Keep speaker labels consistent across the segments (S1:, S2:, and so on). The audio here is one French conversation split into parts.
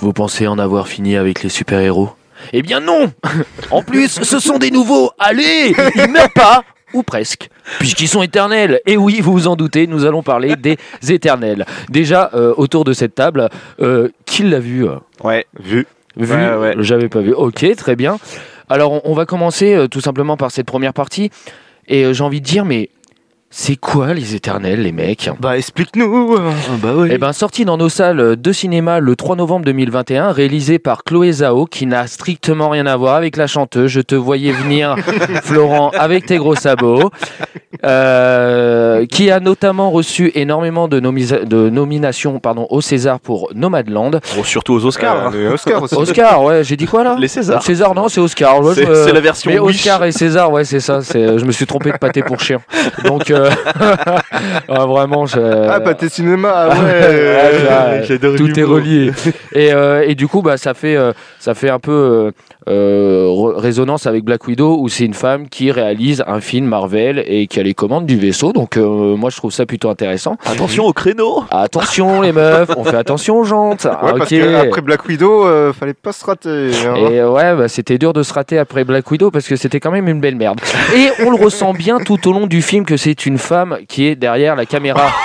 S1: Vous pensez en avoir fini avec les super-héros Eh bien non En plus, ce sont des nouveaux Allez Ils meurent pas Ou presque Puisqu'ils sont éternels Et oui, vous vous en doutez, nous allons parler des éternels. Déjà, euh, autour de cette table, euh, qui l'a vu euh
S2: Ouais.
S3: Vu.
S1: Vu
S2: Ouais, ouais.
S1: J'avais pas vu. Ok, très bien. Alors, on, on va commencer euh, tout simplement par cette première partie. Et euh, j'ai envie de dire, mais c'est quoi les éternels, les mecs
S3: Bah explique-nous.
S2: bah oui.
S1: Eh ben, sorti dans nos salles de cinéma le 3 novembre 2021, réalisé par Chloé Zhao, qui n'a strictement rien à voir avec la chanteuse. Je te voyais venir, Florent, avec tes gros sabots. Euh, qui a notamment reçu énormément de, nomisa- de nominations pardon, au César pour Nomadland.
S2: surtout aux Oscars. hein.
S3: Euh, Oscar aussi.
S1: Oscar, ouais, j'ai dit quoi là
S2: Les Césars.
S1: César, non, c'est Oscar. Ouais,
S2: C'est
S1: hein. je me-
S2: c'est la version
S1: mais
S2: Wish.
S1: Oscar et César, ouais, c'est ça. c'est- Je me suis trompé de pâté pour chien. Donc, euh, ah, vraiment, je...
S3: Ah, pâté cinéma, ah
S1: Ah, ouais,
S3: ouais.
S1: ouais.
S3: J'adore
S1: tout est
S3: l'humour.
S1: relié. et, euh, et du coup, bah, ça, fait, euh, ça fait un peu euh, euh, re- résonance avec Black Widow, où c'est une femme qui réalise un film Marvel et qui a les commandes du vaisseau. Donc, euh, moi, je trouve ça plutôt intéressant.
S2: Attention au créneau.
S1: Attention, les meufs, on fait attention aux jantes.
S3: Ouais,
S1: Ah, ok.
S3: parce qu'après Black Widow, euh, fallait pas se rater. hein.
S1: Et euh, ouais, bah, c'était dur de se rater après Black Widow parce que c'était quand même une belle merde. Et on le ressent bien tout au long du film que c'est une femme qui est derrière la caméra.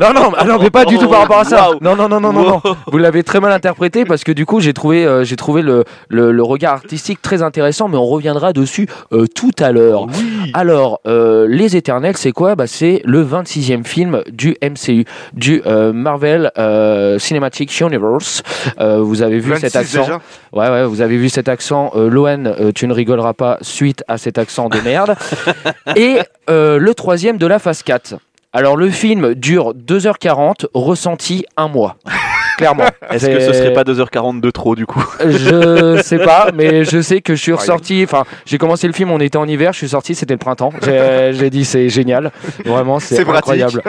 S1: Non, non, ah non, mais pas du tout par rapport à ça.
S2: Wow.
S1: Non, non, non, non, non, non. Vous l'avez très mal interprété parce que du coup, j'ai trouvé, euh, j'ai trouvé le, le, le regard artistique très intéressant, mais on reviendra dessus euh, tout à l'heure. Alors, euh, Les Éternels, c'est quoi bah, C'est le 26e film du MCU, du euh, Marvel euh, Cinematic Universe. Euh, vous avez vu
S3: 26
S1: cet accent
S3: déjà.
S1: Ouais, ouais, vous avez vu cet accent. Euh, Lohan, euh, tu ne rigoleras pas suite à cet accent de merde. Et euh, le troisième de la phase 4. Alors, le film dure 2h40, ressenti un mois. Clairement.
S2: Est-ce que ce
S1: C'est-
S2: serait pas 2h40 de trop du coup
S1: Je sais pas, mais je sais que je suis ressorti. Enfin, j'ai commencé le film, on était en hiver, je suis sorti, c'était le printemps. J'ai j'ai dit, c'est génial. Vraiment, c'est
S3: C'est pratique.
S1: incroyable.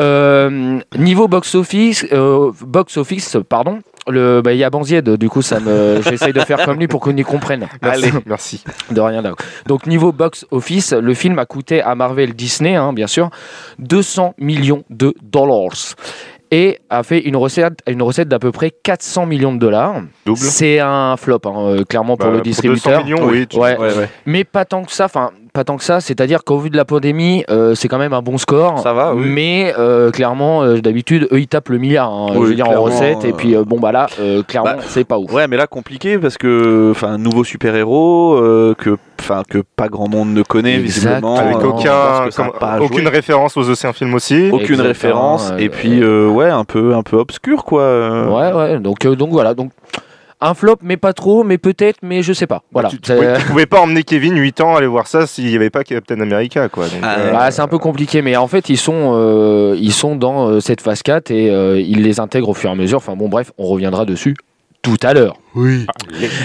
S1: Euh, niveau box-office, euh, box-office, pardon. Le, bah, il y a Banzied, du coup, ça me, j'essaye de faire comme lui pour qu'on y comprenne.
S3: Merci, merci.
S1: De rien là. Donc niveau box office, le film a coûté à Marvel Disney, hein, bien sûr, 200 millions de dollars et a fait une recette, une recette d'à peu près 400 millions de dollars.
S3: Double.
S1: C'est un flop, hein, euh, clairement pour
S3: Bah,
S1: le distributeur.
S3: 200 millions, oui. tu-
S1: Ouais.
S2: Ouais, ouais.
S1: Mais pas tant que ça, enfin pas tant que ça, c'est-à-dire qu'au vu de la pandémie, euh, c'est quand même un bon score.
S2: Ça va, oui.
S1: Mais euh, clairement, euh, d'habitude, eux ils tapent le milliard, hein,
S2: Oui,
S1: je veux dire en
S2: clairement,
S1: recette, et
S2: euh,
S1: puis euh, bon bah là, euh, clairement,
S2: Bah,
S1: c'est pas ouf.
S2: Ouais, mais là compliqué parce que enfin nouveau super héros que enfin que pas grand monde ne connaît
S1: Exactement.
S2: visiblement.
S3: Avec
S2: euh, parce
S3: aucun,
S2: que ça a
S3: comme-
S2: pas joué.
S3: aucune référence aux océans film aussi.
S2: aucune
S1: Exactement,
S2: référence
S1: euh,
S2: et puis euh, ouais un peu un peu obscur quoi. euh.
S1: Ouais, ouais. Donc, euh, donc voilà. Donc un flop, mais pas trop, mais peut-être, mais je sais pas. Voilà.
S3: Tu, tu
S1: C'est
S3: pouvais, tu pouvais pas emmener Kevin 8 ans aller voir ça s'il n'y avait pas Captain America, quoi. Donc,
S2: Ah,
S3: euh,
S1: bah, c'est un peu compliqué, mais en fait ils sont euh, ils sont dans euh, cette phase 4 et euh, ils les intègrent au fur et à mesure. Enfin bon, bref, on reviendra dessus tout à l'heure. Ah,
S3: oui.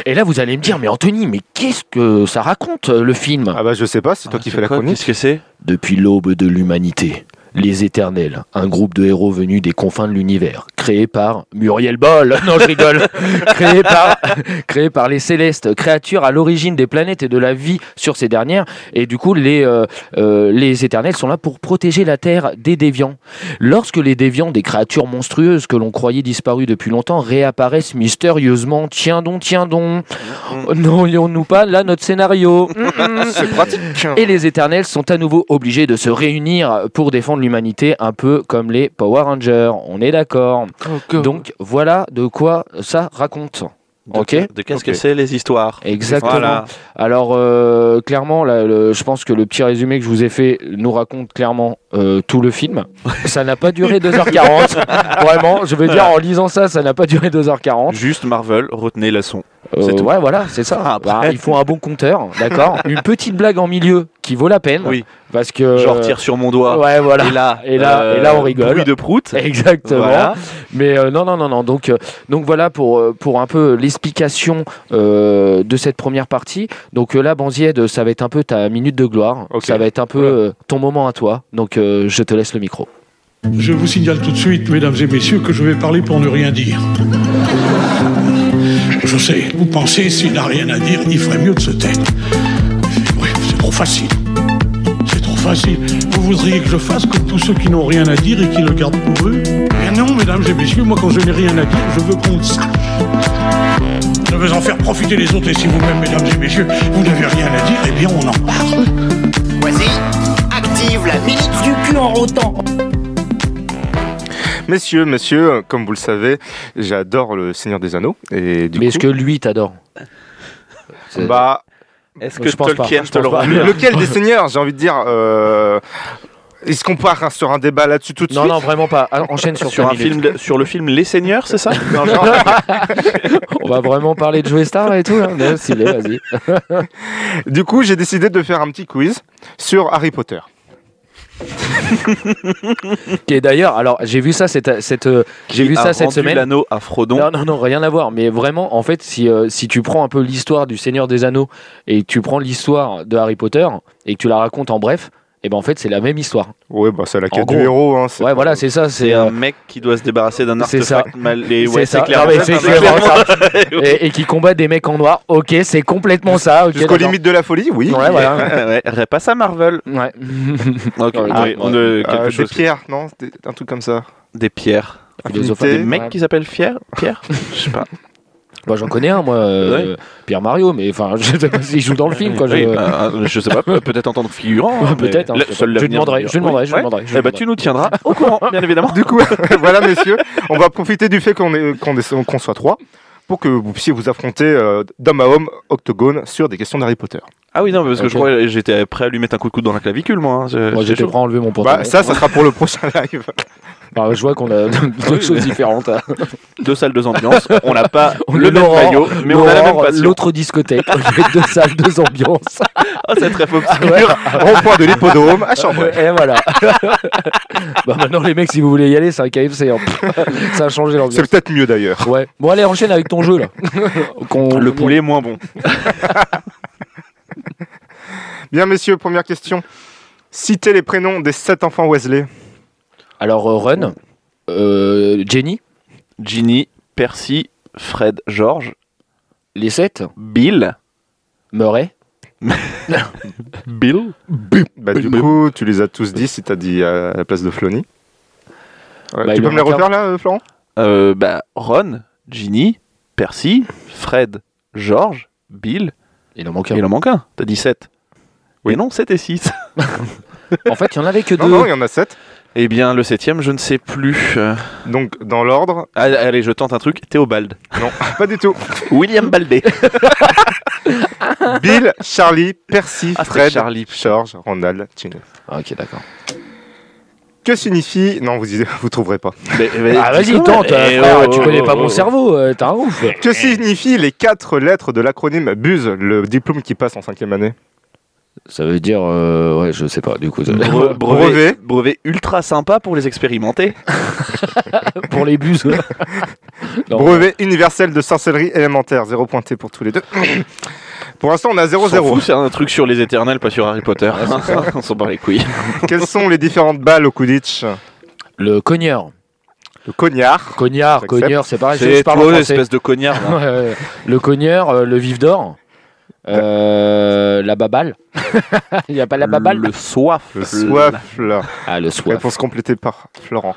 S1: Et là vous allez me dire, mais Anthony, mais qu'est-ce que ça raconte euh, le film
S3: Ah bah je sais pas, c'est toi
S2: Ah,
S3: qui
S2: c'est
S3: fais la
S2: quoi
S3: chronique.
S2: Qu'est-ce que c'est
S1: Depuis l'aube de l'humanité, les Éternels, un groupe de héros venus des confins de l'univers, créé par Muriel Boll, non je rigole, créé par, créé par les Célestes, créatures à l'origine des planètes et de la vie sur ces dernières, et du coup les, euh, euh, les Éternels sont là pour protéger la Terre des déviants. Lorsque les déviants, des créatures monstrueuses que l'on croyait disparues depuis longtemps, réapparaissent mystérieusement, tiens donc, tiens donc, n'aurions-nous pas là notre scénario Mm, mm.
S3: C'est pratique.
S1: Et les éternels sont à nouveau obligés de se réunir pour défendre l'humanité, un peu comme les Power Rangers. On est d'accord. Donc voilà de quoi ça raconte.
S2: De-
S1: Ok.
S2: De qu'est-ce que
S3: Ok.
S2: c'est les histoires
S1: Exactement.
S2: Voilà.
S1: Alors euh, clairement, là, le- je pense que le petit résumé que je vous ai fait nous raconte clairement euh, tout le film. Ça n'a pas duré 2h40. Vraiment, je veux dire, en lisant ça, ça n'a pas duré 2h40.
S2: Juste Marvel, retenez la son.
S1: Euh,
S2: C'est tout.
S1: ouais, voilà, c'est ça.
S2: Ah, après.
S1: Bah, il faut un bon compteur, d'accord Une petite blague en milieu qui vaut la peine.
S2: Oui.
S1: Parce que.
S2: Genre tire sur mon doigt.
S1: Euh, Ouais, voilà.
S2: Et là, euh,
S1: Et là- et là, on rigole.
S2: Bruit de prout.
S1: Exactement.
S2: Voilà.
S1: Mais euh, non, non, non, non. Donc, euh, donc voilà pour, euh, pour un peu l'explication euh, de cette première partie. Donc euh, là, Banzied, ça va être un peu ta minute de gloire.
S3: Ok.
S1: Ça va être un peu euh, ton moment à toi. Donc euh, je te laisse le micro.
S4: Je vous signale tout de suite, mesdames et messieurs, que je vais parler pour ne rien dire. Je sais, vous pensez, s'il n'a rien à dire, il ferait mieux de se taire. Oui, c'est trop facile. C'est trop facile. Vous voudriez que je fasse comme tous ceux qui n'ont rien à dire et qui le gardent pour eux Mais non, mesdames et messieurs, moi, quand je n'ai rien à dire, je veux qu'on le sache. Je veux en faire profiter les autres, et si vous-même, mesdames et messieurs, vous n'avez rien à dire, eh bien, on en parle.
S5: Voici, active la minute du cul en rotant.
S3: Messieurs, messieurs, comme vous le savez, j'adore le Seigneur des Anneaux. Et du
S1: Mais
S3: coup,
S1: est-ce que lui t'adore C'est-
S3: bah,
S2: Est-ce
S1: Je
S2: que
S1: pense pas.
S2: Tolkien
S1: Je
S2: te le
S1: pense pas.
S2: rend
S3: le- lequel des seigneurs, j'ai envie de dire, euh, il se compare hein, sur un débat là-dessus tout de
S1: Non,
S3: suite.
S1: non, vraiment pas. Ah, Enchaîne sur,
S2: sur
S1: ta
S2: un
S1: minute.
S2: film de- sur le film Les Seigneurs, c'est ça
S3: Non, genre,
S1: On va vraiment parler de jouer star là, et tout. Hein Ouais, s'il est, vas-y.
S3: du coup, j'ai décidé de faire un petit quiz sur Harry Potter.
S1: Et d'ailleurs, alors j'ai vu ça cette, cette, euh, j'ai
S2: Qui
S1: vu
S2: a
S1: ça cette
S2: rendu
S1: semaine.
S2: L'anneau à Frodon.
S1: Non, non, non, rien à voir. Mais vraiment, en fait, si, euh, si tu prends un peu l'histoire du Seigneur des Anneaux et tu prends l'histoire de Harry Potter et que tu la racontes en bref, et ben en fait, c'est la même histoire.
S3: Ouais, bah c'est la quête
S1: gros.
S3: du héros. Hein, c'est
S1: Ouais,
S3: pas-
S1: voilà, c'est ça. C'est
S2: C'est
S1: euh,
S2: un mec qui doit se débarrasser d'un
S1: c'est ça.
S2: artefact mal et
S1: c'est
S2: ouais,
S1: ça.
S2: c'est
S1: Non,
S2: clairement
S1: mais
S2: ça.
S1: c'est clairement ça. Et, et qui combat des mecs en noir. Ok, c'est complètement ça. ok,
S3: Jusqu'aux
S1: d'accord.
S3: limites de la folie, oui.
S1: Ouais, voilà.
S2: Ouais, ouais, ouais, pas ça Marvel.
S1: Ouais.
S2: Ok,
S1: Ah,
S2: oui, on a quelque
S3: Euh, des
S2: chose.
S3: pierres, non Des- Un truc comme ça.
S2: Des pierres.
S1: Philosophie.
S2: Des mecs
S1: Ouais.
S2: qui s'appellent Pierre Pierre Je sais pas.
S1: Bah, j'en connais un, moi, euh, Pierre Mario, mais enfin, je sais pas s'il joue dans le film. Quoi, je-
S2: Oui, bah, euh, je sais pas, peut- peut-être en tant que figurant. hein, mais
S1: Peut-être. hein,
S2: le-
S1: je sais
S2: seul
S1: pas. je lui
S2: l'avenir
S1: demanderai.
S2: nous
S1: Je lui
S2: dira.
S1: demanderai. Je lui
S2: Ouais.
S1: demanderai. je lui
S2: Eh ben,
S1: demanderai.
S2: tu nous tiendras au courant, bien évidemment.
S3: Du coup, voilà, messieurs, on va profiter du fait qu'on est- qu'on est- qu'on soit trois pour que vous puissiez vous affronter euh, d'homme à homme, octogone, sur des questions d'Harry Potter.
S2: Ah oui, non, parce que
S1: Ok.
S2: je crois que j'étais prêt à lui mettre un coup de coude dans la clavicule, moi. hein. Je-
S1: Moi,
S2: j'ai
S1: j'étais
S2: chaud.
S1: prêt à enlever mon pantalon.
S3: Bah, ça, ça sera pour le prochain live.
S1: Bah, je vois qu'on a deux choses différentes. hein.
S2: Deux salles, deux ambiances. On n'a pas
S1: On
S2: le
S1: est
S2: même
S1: Laurent,
S2: maillot, mais on a la même
S1: Laurent,
S2: passion.
S1: L'autre discothèque. deux salles, deux ambiances.
S2: Ah, c'est très faux.
S1: Ah Ouais.
S3: Rond-point de l'hippodrome à Chambray.
S1: Et voilà. bah maintenant les mecs, si vous voulez y aller, c'est un KFC. hein. Ça a changé l'ambiance.
S3: C'est peut-être mieux d'ailleurs.
S1: Ouais. Bon allez, enchaîne avec ton jeu là. Qu'on-
S2: Le poulet est moins bon.
S3: Bien, messieurs, première question. Citez les prénoms des sept enfants Wesley.
S1: Alors euh, Run, euh, Jenny,
S2: Ginny, Percy, Fred, George,
S1: les 7,
S2: Bill.
S1: Murray.
S2: Bill
S3: Bah, du coup, tu les as tous dit si t'as dit euh, à la place de Flonny. Ouais,
S1: Bah,
S3: tu
S1: il
S3: peux
S1: en
S3: me les
S1: manque un.
S3: refaire là, euh, Florent
S2: euh, bah, Ron, Ginny, Percy, Fred, George, Bill.
S1: Il en manque
S2: Il
S1: un.
S2: en manque un. T'as dit 7.
S3: Oui.
S2: Oui, non, 7 et 6.
S1: En fait, il y en avait que deux.
S3: Non, non, il y en a sept.
S2: eh bien, le septième, je ne sais plus. Euh, Ah,
S3: Donc, dans l'ordre,
S2: Allez, je tente un truc. Théobald.
S3: non, pas du tout.
S2: William Baldé.
S3: Bill, Charlie, Percy,
S2: Ah, c'était
S3: Fred,
S2: Charlie.
S3: George, Ronald, Ginny.
S1: Ah, ok, d'accord.
S3: Que signifie... Non, vous vous trouverez pas.
S2: Mais- mais-
S1: Ah vas-y,
S2: dis-moi,
S1: tente.
S2: mais-
S1: euh, frère,
S2: oh,
S1: tu
S2: oh,
S1: connais
S2: oh,
S1: pas mon
S2: oh.
S1: cerveau. euh, T'es un ouf.
S3: Que signifient les quatre lettres de l'acronyme BUSE, le diplôme qui passe en cinquième année
S1: Ça veut dire, euh, ouais, je sais pas. Du coup, ça-
S2: Bre- brevet,
S3: Brevet.
S2: brevet. ultra sympa pour les expérimenter.
S1: pour les bus. Non.
S3: Brevet universel de sorcellerie élémentaire. Zéro pointé pour tous les deux. pour l'instant, on a
S2: On s'en
S3: 0-0.
S2: fout, C'est un truc sur les éternels, pas sur Harry Potter.
S1: Ah,
S2: On s'en bat les couilles.
S3: Quelles sont les différentes balles au Kudich
S1: Le cogneur.
S3: Le cognard.
S1: Cognard,
S3: J'accepte.
S1: cogneur, c'est pareil. Ah, je
S2: C'est
S1: parle en
S2: toi,
S1: français.
S2: espèce de cognard. là.
S1: Ouais, ouais. le cogneur, euh, le vif d'or, euh, la baballe. Il n'y a pas la baballe
S2: Le soif.
S3: Le soif. là.
S1: Ah, le soif.
S3: Réponse complétée par Florent.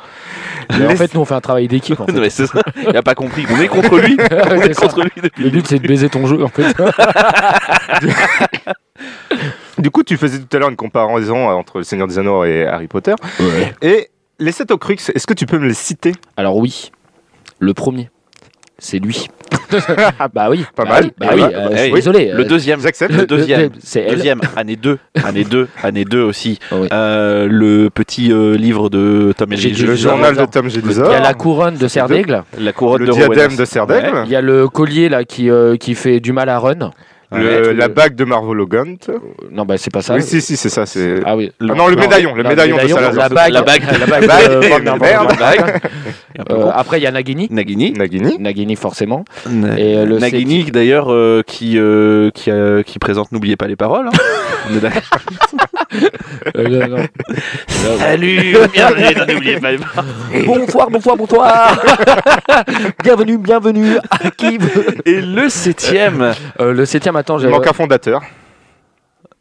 S1: Mais En
S3: Les-
S1: fait, nous, on fait un travail d'équipe. en fait.
S2: Non, mais c'est ça. Il a pas compris. On est contre lui. On
S1: C'est
S2: est
S1: ça.
S2: contre lui depuis
S1: Le
S2: le début.
S1: but, c'est de baiser ton jeu, en fait.
S3: Du coup, tu faisais tout à l'heure une comparaison euh, entre Le Seigneur des Anneaux et Harry Potter. Et les sept crux, est-ce que tu peux me les citer
S1: Alors, oui, le premier, c'est lui. bah oui.
S3: Pas
S1: bah
S3: mal.
S1: oui, bah
S2: Eh
S1: oui,
S2: oui,
S1: euh,
S2: eh
S1: je suis
S2: oui.
S1: désolé. euh,
S2: Le deuxième.
S3: J'accepte.
S2: Le deuxième.
S1: C'est elle.
S2: Deuxième, année 2, année 2, année 2 aussi.
S1: Ah oui.
S2: Euh, le petit euh, livre de Tom et
S1: J'ai
S2: Jerry,
S1: dû-
S3: Le
S2: le-
S1: Jésus
S3: journal de
S1: Lazare.
S3: Tom
S1: Il y a
S3: Gélisor.
S1: la couronne de Serre d'Aigle.
S2: la couronne
S3: Le
S2: de Rowan.
S3: diadème de Serdaigle.
S2: Ouais.
S1: Il y a le collier là qui, euh, qui fait du mal à Run.
S3: Le-
S1: Ouais.
S3: la bague de Marvologant.
S1: Non, bah c'est pas ça.
S3: Oui, si, si, c'est ça. C'est...
S1: Ah oui.
S3: Ah non, le médaillon, le
S1: Non,
S3: médaillon de Salazar.
S1: La bague.
S2: La bague.
S1: La bague.
S3: Bague.
S1: de Van der Waal.
S3: Merde.
S2: Et un peu
S1: Euh,
S2: con.
S1: après, il y a Nagini.
S2: Nagini.
S3: Nagini.
S1: Nagini, forcément.
S2: Na-
S1: Et euh, le
S2: Nagini d'ailleurs euh, qui, euh, qui, euh, qui présente N'oubliez pas les paroles. hein. On est d'accord.
S1: Euh, non, non.
S2: Salut, bienvenue dans N'oubliez pas les paroles.
S1: bonsoir, bonsoir, bonsoir. bienvenue, bienvenue. À qui veut-
S2: Et le septième.
S1: Euh, Le septième, attends, j'ai.
S3: Il manque un fondateur.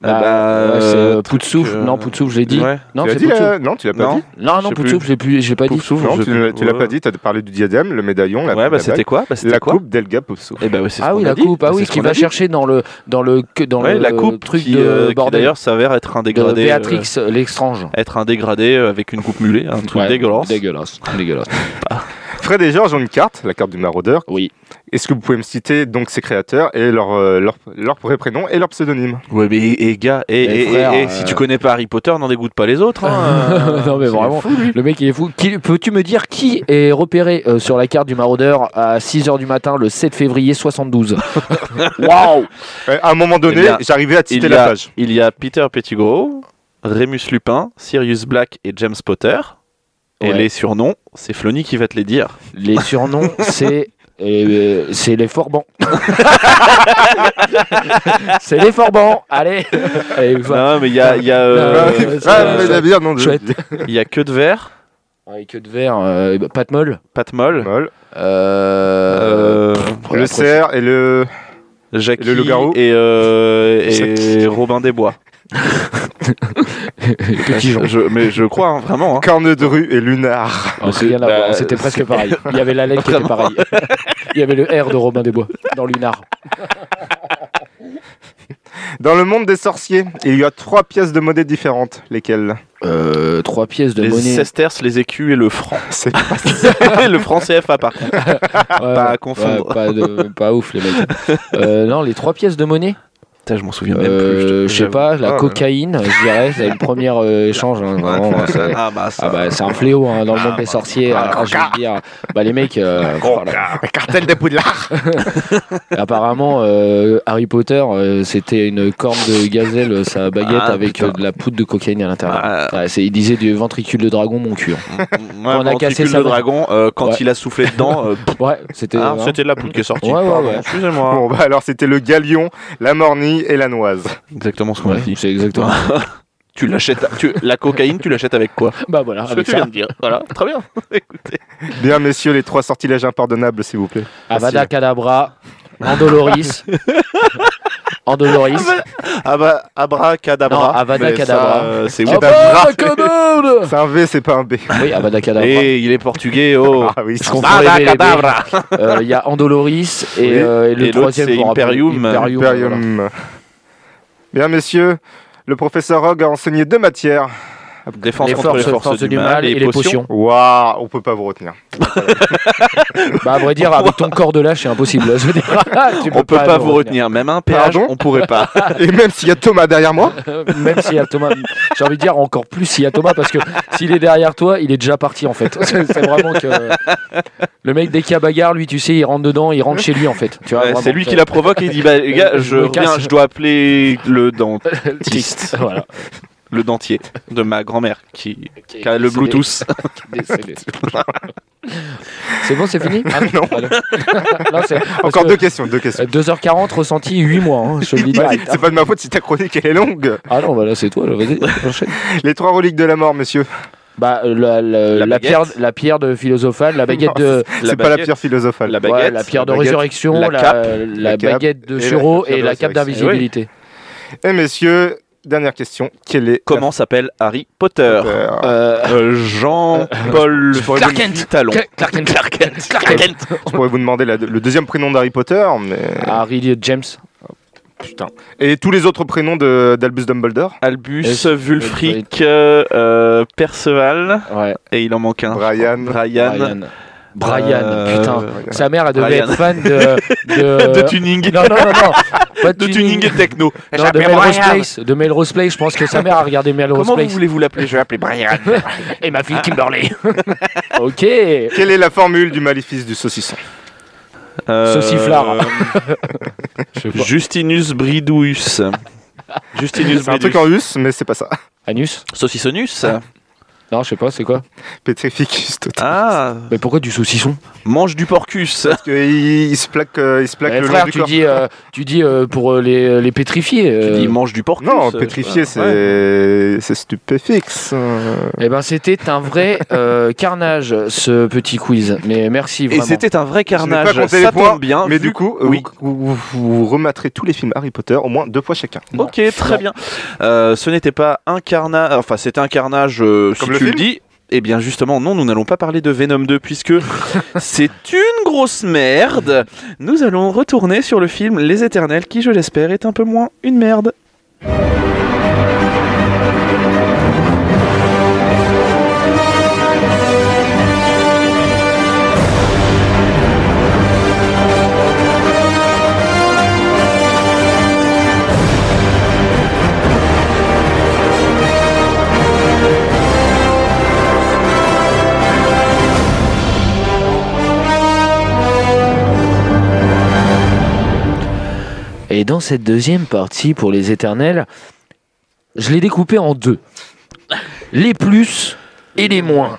S1: Bah,
S2: Bah,
S1: ouais, c'est
S2: euh,
S1: euh, Poutsouf.
S2: euh,
S1: Non, Poutsouf, je l'ai dit.
S2: ouais.
S1: Non,
S3: tu l'as
S1: c'est
S3: dit euh,
S1: Poutsouf.
S3: là Non, tu l'as pas
S2: Non.
S3: dit.
S1: Non,
S2: Je
S1: non,
S2: sais
S1: Poutsouf,
S2: plus.
S1: j'ai plus, j'ai pas dit.
S2: Pouf-souf,
S3: Non,
S2: je-
S3: tu, l'as- tu l'as pas dit. Tu as parlé du diadème, le médaillon, la,
S2: Ouais, bah
S3: la
S2: c'était
S3: bague,
S2: quoi Bah, c'était
S3: la
S2: quoi
S3: coupe d'Elga Poufsou.
S2: Eh bah, ouais, c'est ce
S1: Ah oui,
S2: qu'on a
S1: la
S2: dit.
S1: coupe, ah
S2: C'est
S1: oui,
S2: ce
S1: qui
S2: qu'on
S1: va
S2: a dit.
S1: chercher dans le dans le que- dans
S2: Ouais,
S1: le
S2: la coupe
S1: truc
S2: qui,
S1: de
S2: euh, qui
S1: bordel
S2: d'ailleurs euh, s'avère être un
S1: de
S2: dégradé.
S1: Béatrix l'Estrange.
S2: euh, être un dégradé avec une coupe mulée, un truc
S1: Ouais,
S2: dégueulasse.
S1: Dégueulasse. Dégueulasse.
S3: Fred et Georges ont une carte, la carte du maraudeur.
S1: Oui.
S3: Est-ce que vous pouvez me citer donc ses créateurs et leur, euh, leur, leur vrai prénom et leur pseudonyme
S2: Ouais, mais et gars, et,
S1: Mais
S2: et-
S1: frère,
S2: et- et
S1: euh,
S2: si tu connais pas Harry Potter, n'en dégoûte pas les autres. hein.
S1: non mais
S2: C'est
S1: vraiment,
S2: fou.
S1: le mec il est fou. Qui- Peux-tu me dire qui est repéré euh, sur la carte du maraudeur à 6h du matin le 7 février 72 Waouh
S3: Euh, À un moment donné,
S2: Il y a-
S3: j'arrivais à te citer
S2: il y
S3: la
S2: a-
S3: page.
S2: Il y a Peter Pettigrew, Remus Lupin, Sirius Black et James Potter. Et
S1: Ouais.
S2: les surnoms, c'est Flonny qui va te les dire.
S1: Les surnoms, c'est euh, c'est les forbans. c'est les forbans. Allez. Allez, va.
S2: Non, mais il y a, il y a,
S1: Euh,
S2: euh,
S3: ah,
S1: bah. ouais,
S3: mais
S1: c'est- euh,
S3: la bière, non, je-
S1: chouette.
S2: il y a que de verre,
S1: Ouais, queue de verre, euh, pas de molle.
S2: Pat Moll,
S3: Molle.
S1: Euh,
S2: euh,
S1: pff,
S3: Le
S1: la
S3: cerf et le.
S2: Jackie
S3: le loup-garou.
S2: et, euh, et
S3: Jackie.
S2: Robin des Bois.
S1: Petit Jean.
S2: Je- mais je crois hein, vraiment. hein.
S3: Corne de rue et Lunar.
S1: Alors,
S2: c'est-
S1: rien à
S2: bah,
S1: voir, c'était
S2: c'est-
S1: presque pareil. Il y avait la lettre qui était pareille. Il y avait le R de Robin des Bois dans Lunar.
S3: Dans le monde des sorciers, il y a trois pièces de monnaie différentes. Lesquelles
S1: Euh, trois pièces de
S2: Les
S1: monnaie.
S2: sesterces, les écus et le franc.
S3: C'est
S2: le franc CFA par contre.
S1: Ouais,
S2: pas à
S1: ouais,
S2: confondre.
S1: ouais, pas, de- pas ouf les mecs. Euh, non, les trois pièces de monnaie.
S2: Putain, je m'en souviens même plus.
S1: Euh,
S2: te-
S1: je sais pas, la
S3: Ah,
S1: cocaïne, je dirais, c'est le premier euh, échange. hein, vraiment, hein, c'est-
S2: Ah bah ça.
S1: Ah bah c'est un fléau hein, dans le
S2: Ah,
S1: monde des
S2: bah,
S1: sorciers.
S2: bah,
S1: hein, je veux dire, bah les mecs, euh, voilà.
S3: Le cartel des Poudlards.
S1: apparemment euh, Harry Potter, euh, c'était une corne de gazelle, euh, sa baguette
S2: Ah,
S1: avec
S2: putain.
S1: euh, de la poudre de cocaïne à l'intérieur.
S2: Ah,
S1: Ouais, c'est- il disait du ventricule de dragon, mon cul. hein.
S2: ouais,
S1: on a
S2: ventricule
S1: cassé sa
S2: le
S1: main.
S2: dragon euh, quand
S1: Ouais.
S2: il a soufflé dedans. euh, pff,
S1: Ouais, c'était.
S2: ah,
S1: hein.
S2: c'était de la poudre qui est sortie.
S1: Ouais, ouais,
S2: Pardon,
S1: ouais.
S2: Excusez-moi.
S3: Bon, bah alors c'était le galion, la mornie et la noise.
S2: Exactement ce qu'on
S1: Ouais,
S2: a dit.
S1: c'est exactement.
S2: Tu l'achètes. tu- La cocaïne, tu l'achètes avec quoi
S1: bah voilà,
S2: Ce que
S1: avec
S2: tu
S1: ça.
S2: viens de dire. Voilà. Très bien. Écoutez.
S3: Bien, messieurs, les trois sortilèges impardonnables, s'il vous plaît.
S1: Avada Kedavra, Andoloris. Andoloris.
S2: Ah bah abracadabra.
S1: Non, Avada
S2: Mais ça,
S1: Kedavra.
S2: euh, C'est ouf.
S3: Kedavra.
S1: Avada Kedavra
S3: C'est un V, c'est pas un B.
S1: Oui, Avada Kedavra.
S2: Et il est portugais. Oh.
S3: Ah oui,
S1: Je confonds les B et les B. Euh, Il y a Andoloris et,
S2: Oui.
S1: euh, et
S2: Et
S1: le
S2: l'autre,
S1: troisième
S2: c'est
S1: je me rappelle,
S2: Imperium.
S1: voilà.
S3: Imperium. Bien, messieurs, le professeur Hogg a enseigné deux matières.
S2: Défense
S1: Les
S2: contre
S1: forces,
S2: les forces, du mal
S1: et les potions.
S3: Waouh, on peut pas vous retenir.
S1: Bah, à vrai dire, avec ton corps de lâche, c'est impossible. Je veux dire, tu
S2: On peut pas
S1: nous
S2: vous retenir, même un péage,
S3: Pardon
S2: on pourrait pas.
S1: Ah.
S3: Et même s'il y a Thomas derrière moi,
S1: Même s'il y a Thomas, j'ai envie de dire encore plus s'il y a Thomas, parce que s'il est derrière toi, il est déjà parti en fait. C'est c'est vraiment que. Le mec, dès qu'il y a bagarre, lui, tu sais, il rentre dedans, il rentre chez lui en fait. Tu vois,
S2: Ouais,
S1: vraiment,
S2: c'est lui
S1: tu-
S2: qui la provoque et il dit bah les gars, je
S1: me
S2: reviens,
S1: casse.
S2: je dois appeler le dentiste,
S1: Triste. Voilà.
S2: le dentier de ma grand-mère qui, qui a
S1: Ok,
S2: le
S1: c'est
S2: Bluetooth.
S1: Décédé. C'est bon, c'est fini Ah, Non. pardon. Non, c'est- parce
S3: encore
S1: que,
S3: deux questions, deux questions. Bah,
S1: euh, 2h40 ressenti 8 mois, hein, je te le dis direct.
S3: C'est pas de ma faute si ta chronique elle est longue.
S1: Ah non, bah là c'est toi, là, vas-y, enchaîne.
S3: Les trois reliques de la mort, messieurs.
S1: Bah, euh, la, la-
S2: La
S1: la
S2: baguette.
S1: pierre, la pierre de philosophale, la baguette de.
S3: C'est pas la pierre philosophale.
S2: La
S1: ouais,
S2: baguette,
S1: la pierre de
S3: baguette,
S1: résurrection,
S2: la
S1: la,
S2: cape,
S3: la
S1: la
S3: cape,
S1: baguette de
S3: et la
S1: Suro
S3: pierre
S1: et
S3: de
S1: la cape
S3: résurrection.
S1: d'invisibilité.
S3: Et messieurs, dernière question. Quelle est
S2: Comment s'appelle Harry Potter
S3: la peur
S1: Euh,
S2: Euh, Jean-Paul
S1: Clark Kent.
S2: Talon.
S1: Clark Kent, Clark Kent, Clark Kent.
S3: Je pourrais vous demander la- le deuxième prénom d'Harry Potter, mais
S2: Ah.
S1: Ah, Harry James.
S3: putain. Et tous les autres prénoms de- d'Albus Dumbledore.
S2: Albus,
S1: Est-ce-
S2: Wulfric, euh, euh, Perceval,
S1: Ouais.
S2: et il en manque un.
S3: Brian.
S2: Brian.
S1: Brian,
S2: Euh,
S1: putain. Euh,
S3: Brian.
S1: Sa mère, elle devait
S2: Brian.
S1: être fan de. De,
S2: De tuning.
S1: Non, non, non, non. Pas
S2: De tuning et techno.
S1: Non, de Melrose Place. De Melrose Place, je pense que sa mère a regardé Melrose
S2: Comment vous
S1: Place. Euh,
S2: voulez-vous l'appeler Je vais appeler Brian.
S1: Et ma fille Kimberly. ok.
S3: Quelle est la formule du maléfice du saucisson
S2: Euh,
S1: Sauciflard. Je sais pas.
S2: Justinus Bridouus. Justinus
S3: C'est un truc
S2: Bridouus.
S3: en us, mais c'est pas ça.
S1: Anus
S2: Saucissonus.
S1: Non, je sais pas, c'est quoi
S3: Petrificus total.
S2: Ah,
S1: Mais pourquoi du saucisson
S2: mange du porcus.
S3: Parce qu'il il se plaque, euh, il se plaque
S1: Eh,
S3: le long
S1: Frère,
S3: du
S1: tu
S3: corps.
S1: dis, euh, tu dis euh, pour euh, les, les pétrifier.
S2: Tu
S1: euh,
S2: dis mange du porcus.
S3: Non,
S2: euh,
S3: pétrifié,
S2: je sais pas. Ouais.
S3: c'est c'est stupéfixe. Euh,
S1: Eh ben, c'était un vrai euh, carnage, ce petit quiz. Mais merci
S2: Et
S1: vraiment.
S2: c'était un vrai
S3: Je n'ai
S2: carnage.
S3: pas compté les
S2: ça
S3: points,
S2: tombe bien.
S3: mais
S2: vu-
S3: du coup, euh,
S2: oui.
S3: vous, vous- vous rematterez tous les films Harry Potter au moins deux fois chacun.
S1: Non.
S2: Ok, très
S1: Non.
S2: bien. Euh, ce n'était pas un carnage. Enfin, c'était un carnage. euh, si
S3: Comme le
S2: tu le
S3: film
S2: dis. Eh bien justement, non, nous n'allons pas parler de Venom 2 puisque c'est une grosse merde. Nous allons retourner sur le film Les Éternels qui, je l'espère, est un peu moins une merde.
S1: Et dans cette deuxième partie pour les éternels, je l'ai découpé en deux. Les plus et les moins.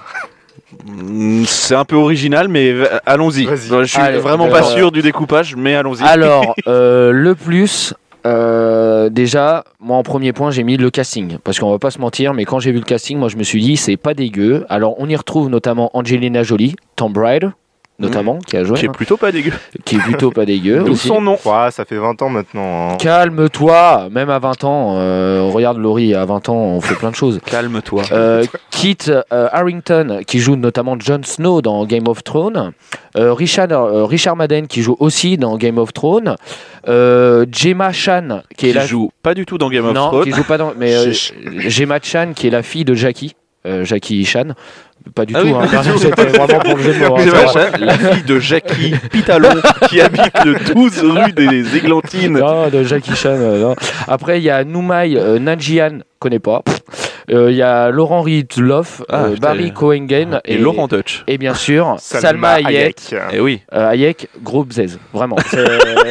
S2: Mm, C'est un peu original, mais v- euh, allons-y.
S3: Vas-y.
S2: Je suis
S1: Allez,
S2: vraiment pas
S1: alors,
S2: sûr du découpage, mais allons-y.
S1: Alors, euh, le plus, euh, déjà, moi en premier point, j'ai mis le casting. Parce qu'on va pas se mentir, mais quand j'ai vu le casting, moi je me suis dit, c'est pas dégueu. Alors, on y retrouve notamment Angelina Jolie, Tom Bride, notamment, qui a joué,
S2: Mmh. qui est
S1: hein,
S2: plutôt pas dégueu.
S1: qui est plutôt pas dégueu.
S2: D'où
S1: aussi.
S2: son nom.
S3: Ouais, ça fait 20 ans maintenant. hein.
S1: Calme-toi, même à 20 ans, euh, on regarde Laurie, à 20 ans, on fait plein de choses.
S2: Calme-toi.
S1: Euh, Kit euh, Harrington, qui joue notamment Jon Snow dans Game of Thrones. Euh, Richard, euh, Richard Madden, qui joue aussi dans Game of Thrones. Euh, Gemma Chan, qui est
S2: Qui
S1: la
S2: joue pas du tout dans Game of
S1: non,
S2: Thrones.
S1: qui joue pas dans. Mais euh, Gemma Chan, qui est la fille de Jackie. euh, Jackie Chan. Pas du
S2: Ah
S1: tout.
S2: oui,
S1: hein.
S2: pas du tout.
S1: C'était vraiment pour le jeu de mots, hein.
S2: C'est
S1: Ça va.
S2: vrai, la fille de Jackie Pitalon qui habite le 12 rue des Églantines.
S1: Non, de Jackie Chan. euh, non. Après, il y a Noumaï euh, Nanjian, connais pas. Pff. Euh, Il y a Laurent Ridloff,
S2: Ah,
S1: euh,
S2: putain.
S1: Barry Cohengen
S2: Et, Laurent Dutch.
S1: Et bien sûr, Salma, Hayek.
S2: Eh oui.
S1: Euh, Hayek, gros bzaise, vraiment. C'est-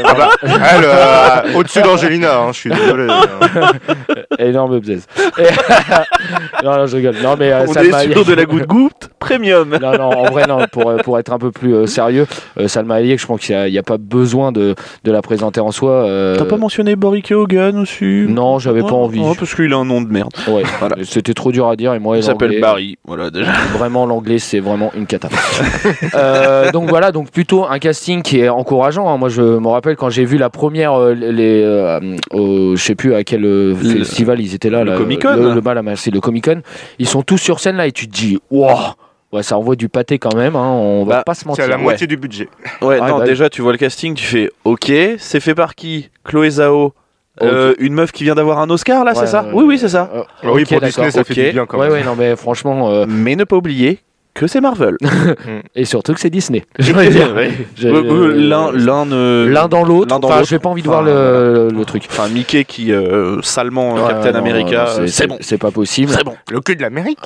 S3: Ah bah, elle, euh, au-dessus d'Angelina, hein, je suis désolé. hein.
S1: énorme bzaise. Et- non, non, je rigole. Non, mais euh,
S2: On
S1: Salma
S2: est
S1: Hayek.
S2: sur de la goutte goutte premium.
S1: Non, non, en vrai, non, pour, euh, pour être un peu plus euh, sérieux, euh, Salma Hayek, je pense qu'il n'y a, pas besoin de, de la présenter en soi. euh,
S2: T'as pas mentionné Borik Hogan aussi
S1: Non, j'avais
S2: Ouais,
S1: pas envie.
S2: ouais, parce qu'il a un nom de merde.
S1: Ouais,
S2: Voilà.
S1: C'était trop dur à dire et moi,
S2: Il s'appelle
S1: l'anglais-
S2: Barry. Voilà déjà.
S1: Vraiment, l'anglais, c'est vraiment une cata. Euh, donc voilà, donc plutôt un casting qui est encourageant. hein. Moi, je me rappelle quand j'ai vu la première, euh, les, euh, au- je sais plus à quel euh,
S2: Le-
S1: festival ils étaient là.
S2: le
S1: là,
S2: Comic-Con.
S1: Le, le, bah, la- c'est le Comic Con. Ils sont tous sur scène là et tu te dis, waouh, ouais, ça envoie du pâté quand même. hein. On va
S2: Bah,
S1: pas se
S3: C'est à
S1: mentir.
S3: la
S2: Ouais.
S3: moitié du budget.
S2: Ouais,
S1: Ah,
S2: non,
S1: bah-
S2: déjà tu vois le casting, tu fais OK, c'est fait par qui Chloé Zhao. euh, une meuf qui vient d'avoir un Oscar là,
S1: Ouais,
S2: c'est ça
S1: ouais,
S2: Oui, oui, c'est ça.
S1: Euh,
S3: Ah oui,
S1: ok,
S3: pour
S1: d'accord.
S3: Disney, ça
S2: ok.
S3: fait du bien quand
S1: Ouais,
S3: même.
S1: ouais, non, mais franchement, euh,
S2: Mais ne pas oublier que c'est Marvel.
S1: et surtout que c'est Disney.
S2: Ouais.
S1: Je-
S2: Euh, euh, L'un, l'un, euh,
S1: L'un dans l'autre.
S2: l'un dans
S1: Enfin,
S2: l'autre.
S1: j'ai pas envie de voir
S2: Enfin,
S3: euh,
S1: le, le truc.
S2: Enfin, Mickey qui euh, salement euh,
S1: Ouais,
S2: Captain
S1: non,
S2: America,
S1: non,
S2: euh, c'est bon.
S1: C'est pas possible.
S2: C'est bon.
S3: Le cul de l'Amérique.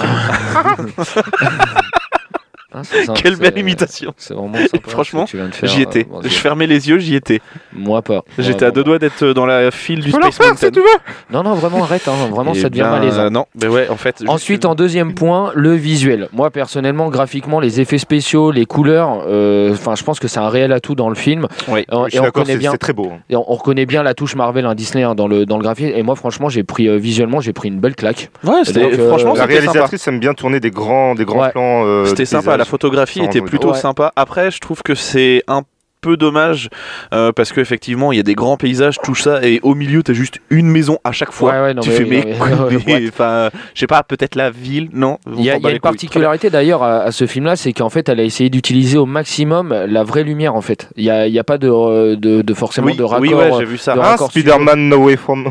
S1: Hein, c'est ça,
S2: Quelle
S1: c'est-
S2: belle imitation.
S1: C'est vraiment sympa.
S2: Franchement,
S1: ce que tu viens de faire.
S2: J'y étais.
S1: Euh, bon,
S2: je
S1: c'est-
S2: fermais les yeux, j'y étais.
S1: Moi pas.
S2: J'étais
S1: Moi,
S2: à deux
S1: vraiment.
S2: doigts d'être euh, dans la file du
S3: Tu peux leur
S2: Space
S3: faire si tu
S2: Mountain.
S3: veux.
S1: Non, non, vraiment, arrête. hein, Vraiment,
S2: Eh
S1: ça devient
S2: bien,
S1: malaisant.
S2: euh, non, mais ouais, en fait. je-
S1: Ensuite, en hein. deuxième point, le visuel. Moi, personnellement, graphiquement, les effets spéciaux, les couleurs, euh, enfin, je pense que c'est un réel atout dans le film.
S2: Oui.
S1: Euh,
S3: Je suis
S1: et on
S3: d'accord,
S1: reconnaît
S3: c'est
S1: bien,
S3: c'est très beau. hein.
S1: et on, on reconnaît bien la touche Marvel, hein, Disney, hein, dans le dans le graphisme. Et moi, franchement, j'ai pris euh, visuellement, j'ai pris une belle claque.
S2: Ouais, c'était-
S1: Donc, euh,
S2: franchement,
S1: Non,
S3: La
S2: c'était sympa.
S3: réalisatrice aime bien tourner des grands, des grands
S1: Ouais.
S3: plans. euh,
S2: C'était sympa,
S3: paysages.
S2: la photographie
S3: Ça
S2: était
S3: rend-
S2: plutôt
S1: Ouais.
S2: sympa. Après, je trouve que c'est un peu dommage euh, parce qu'effectivement, il y a des grands paysages, tout ça, et au milieu, t'as juste une maison à chaque fois.
S1: Ouais, ouais, non,
S2: tu
S1: mais-
S2: fais,
S1: non,
S2: mais,
S1: mais-
S2: coudée,
S1: ouais.
S2: enfin, je sais pas, peut-être la ville, non on
S1: Il y a,
S2: s'en
S1: il y
S2: bat
S1: a
S2: les
S1: une
S2: couilles.
S1: particularité d'ailleurs à, à ce film-là, c'est qu'en fait, elle a essayé d'utiliser au maximum la vraie lumière. En fait, il n'y a, il y a pas de, euh, de, de- forcément
S2: Oui,
S1: de raccord.
S2: oui, ouais, j'ai vu ça.
S1: de-
S3: Ah,
S1: encore
S3: Spider-Man No Way From.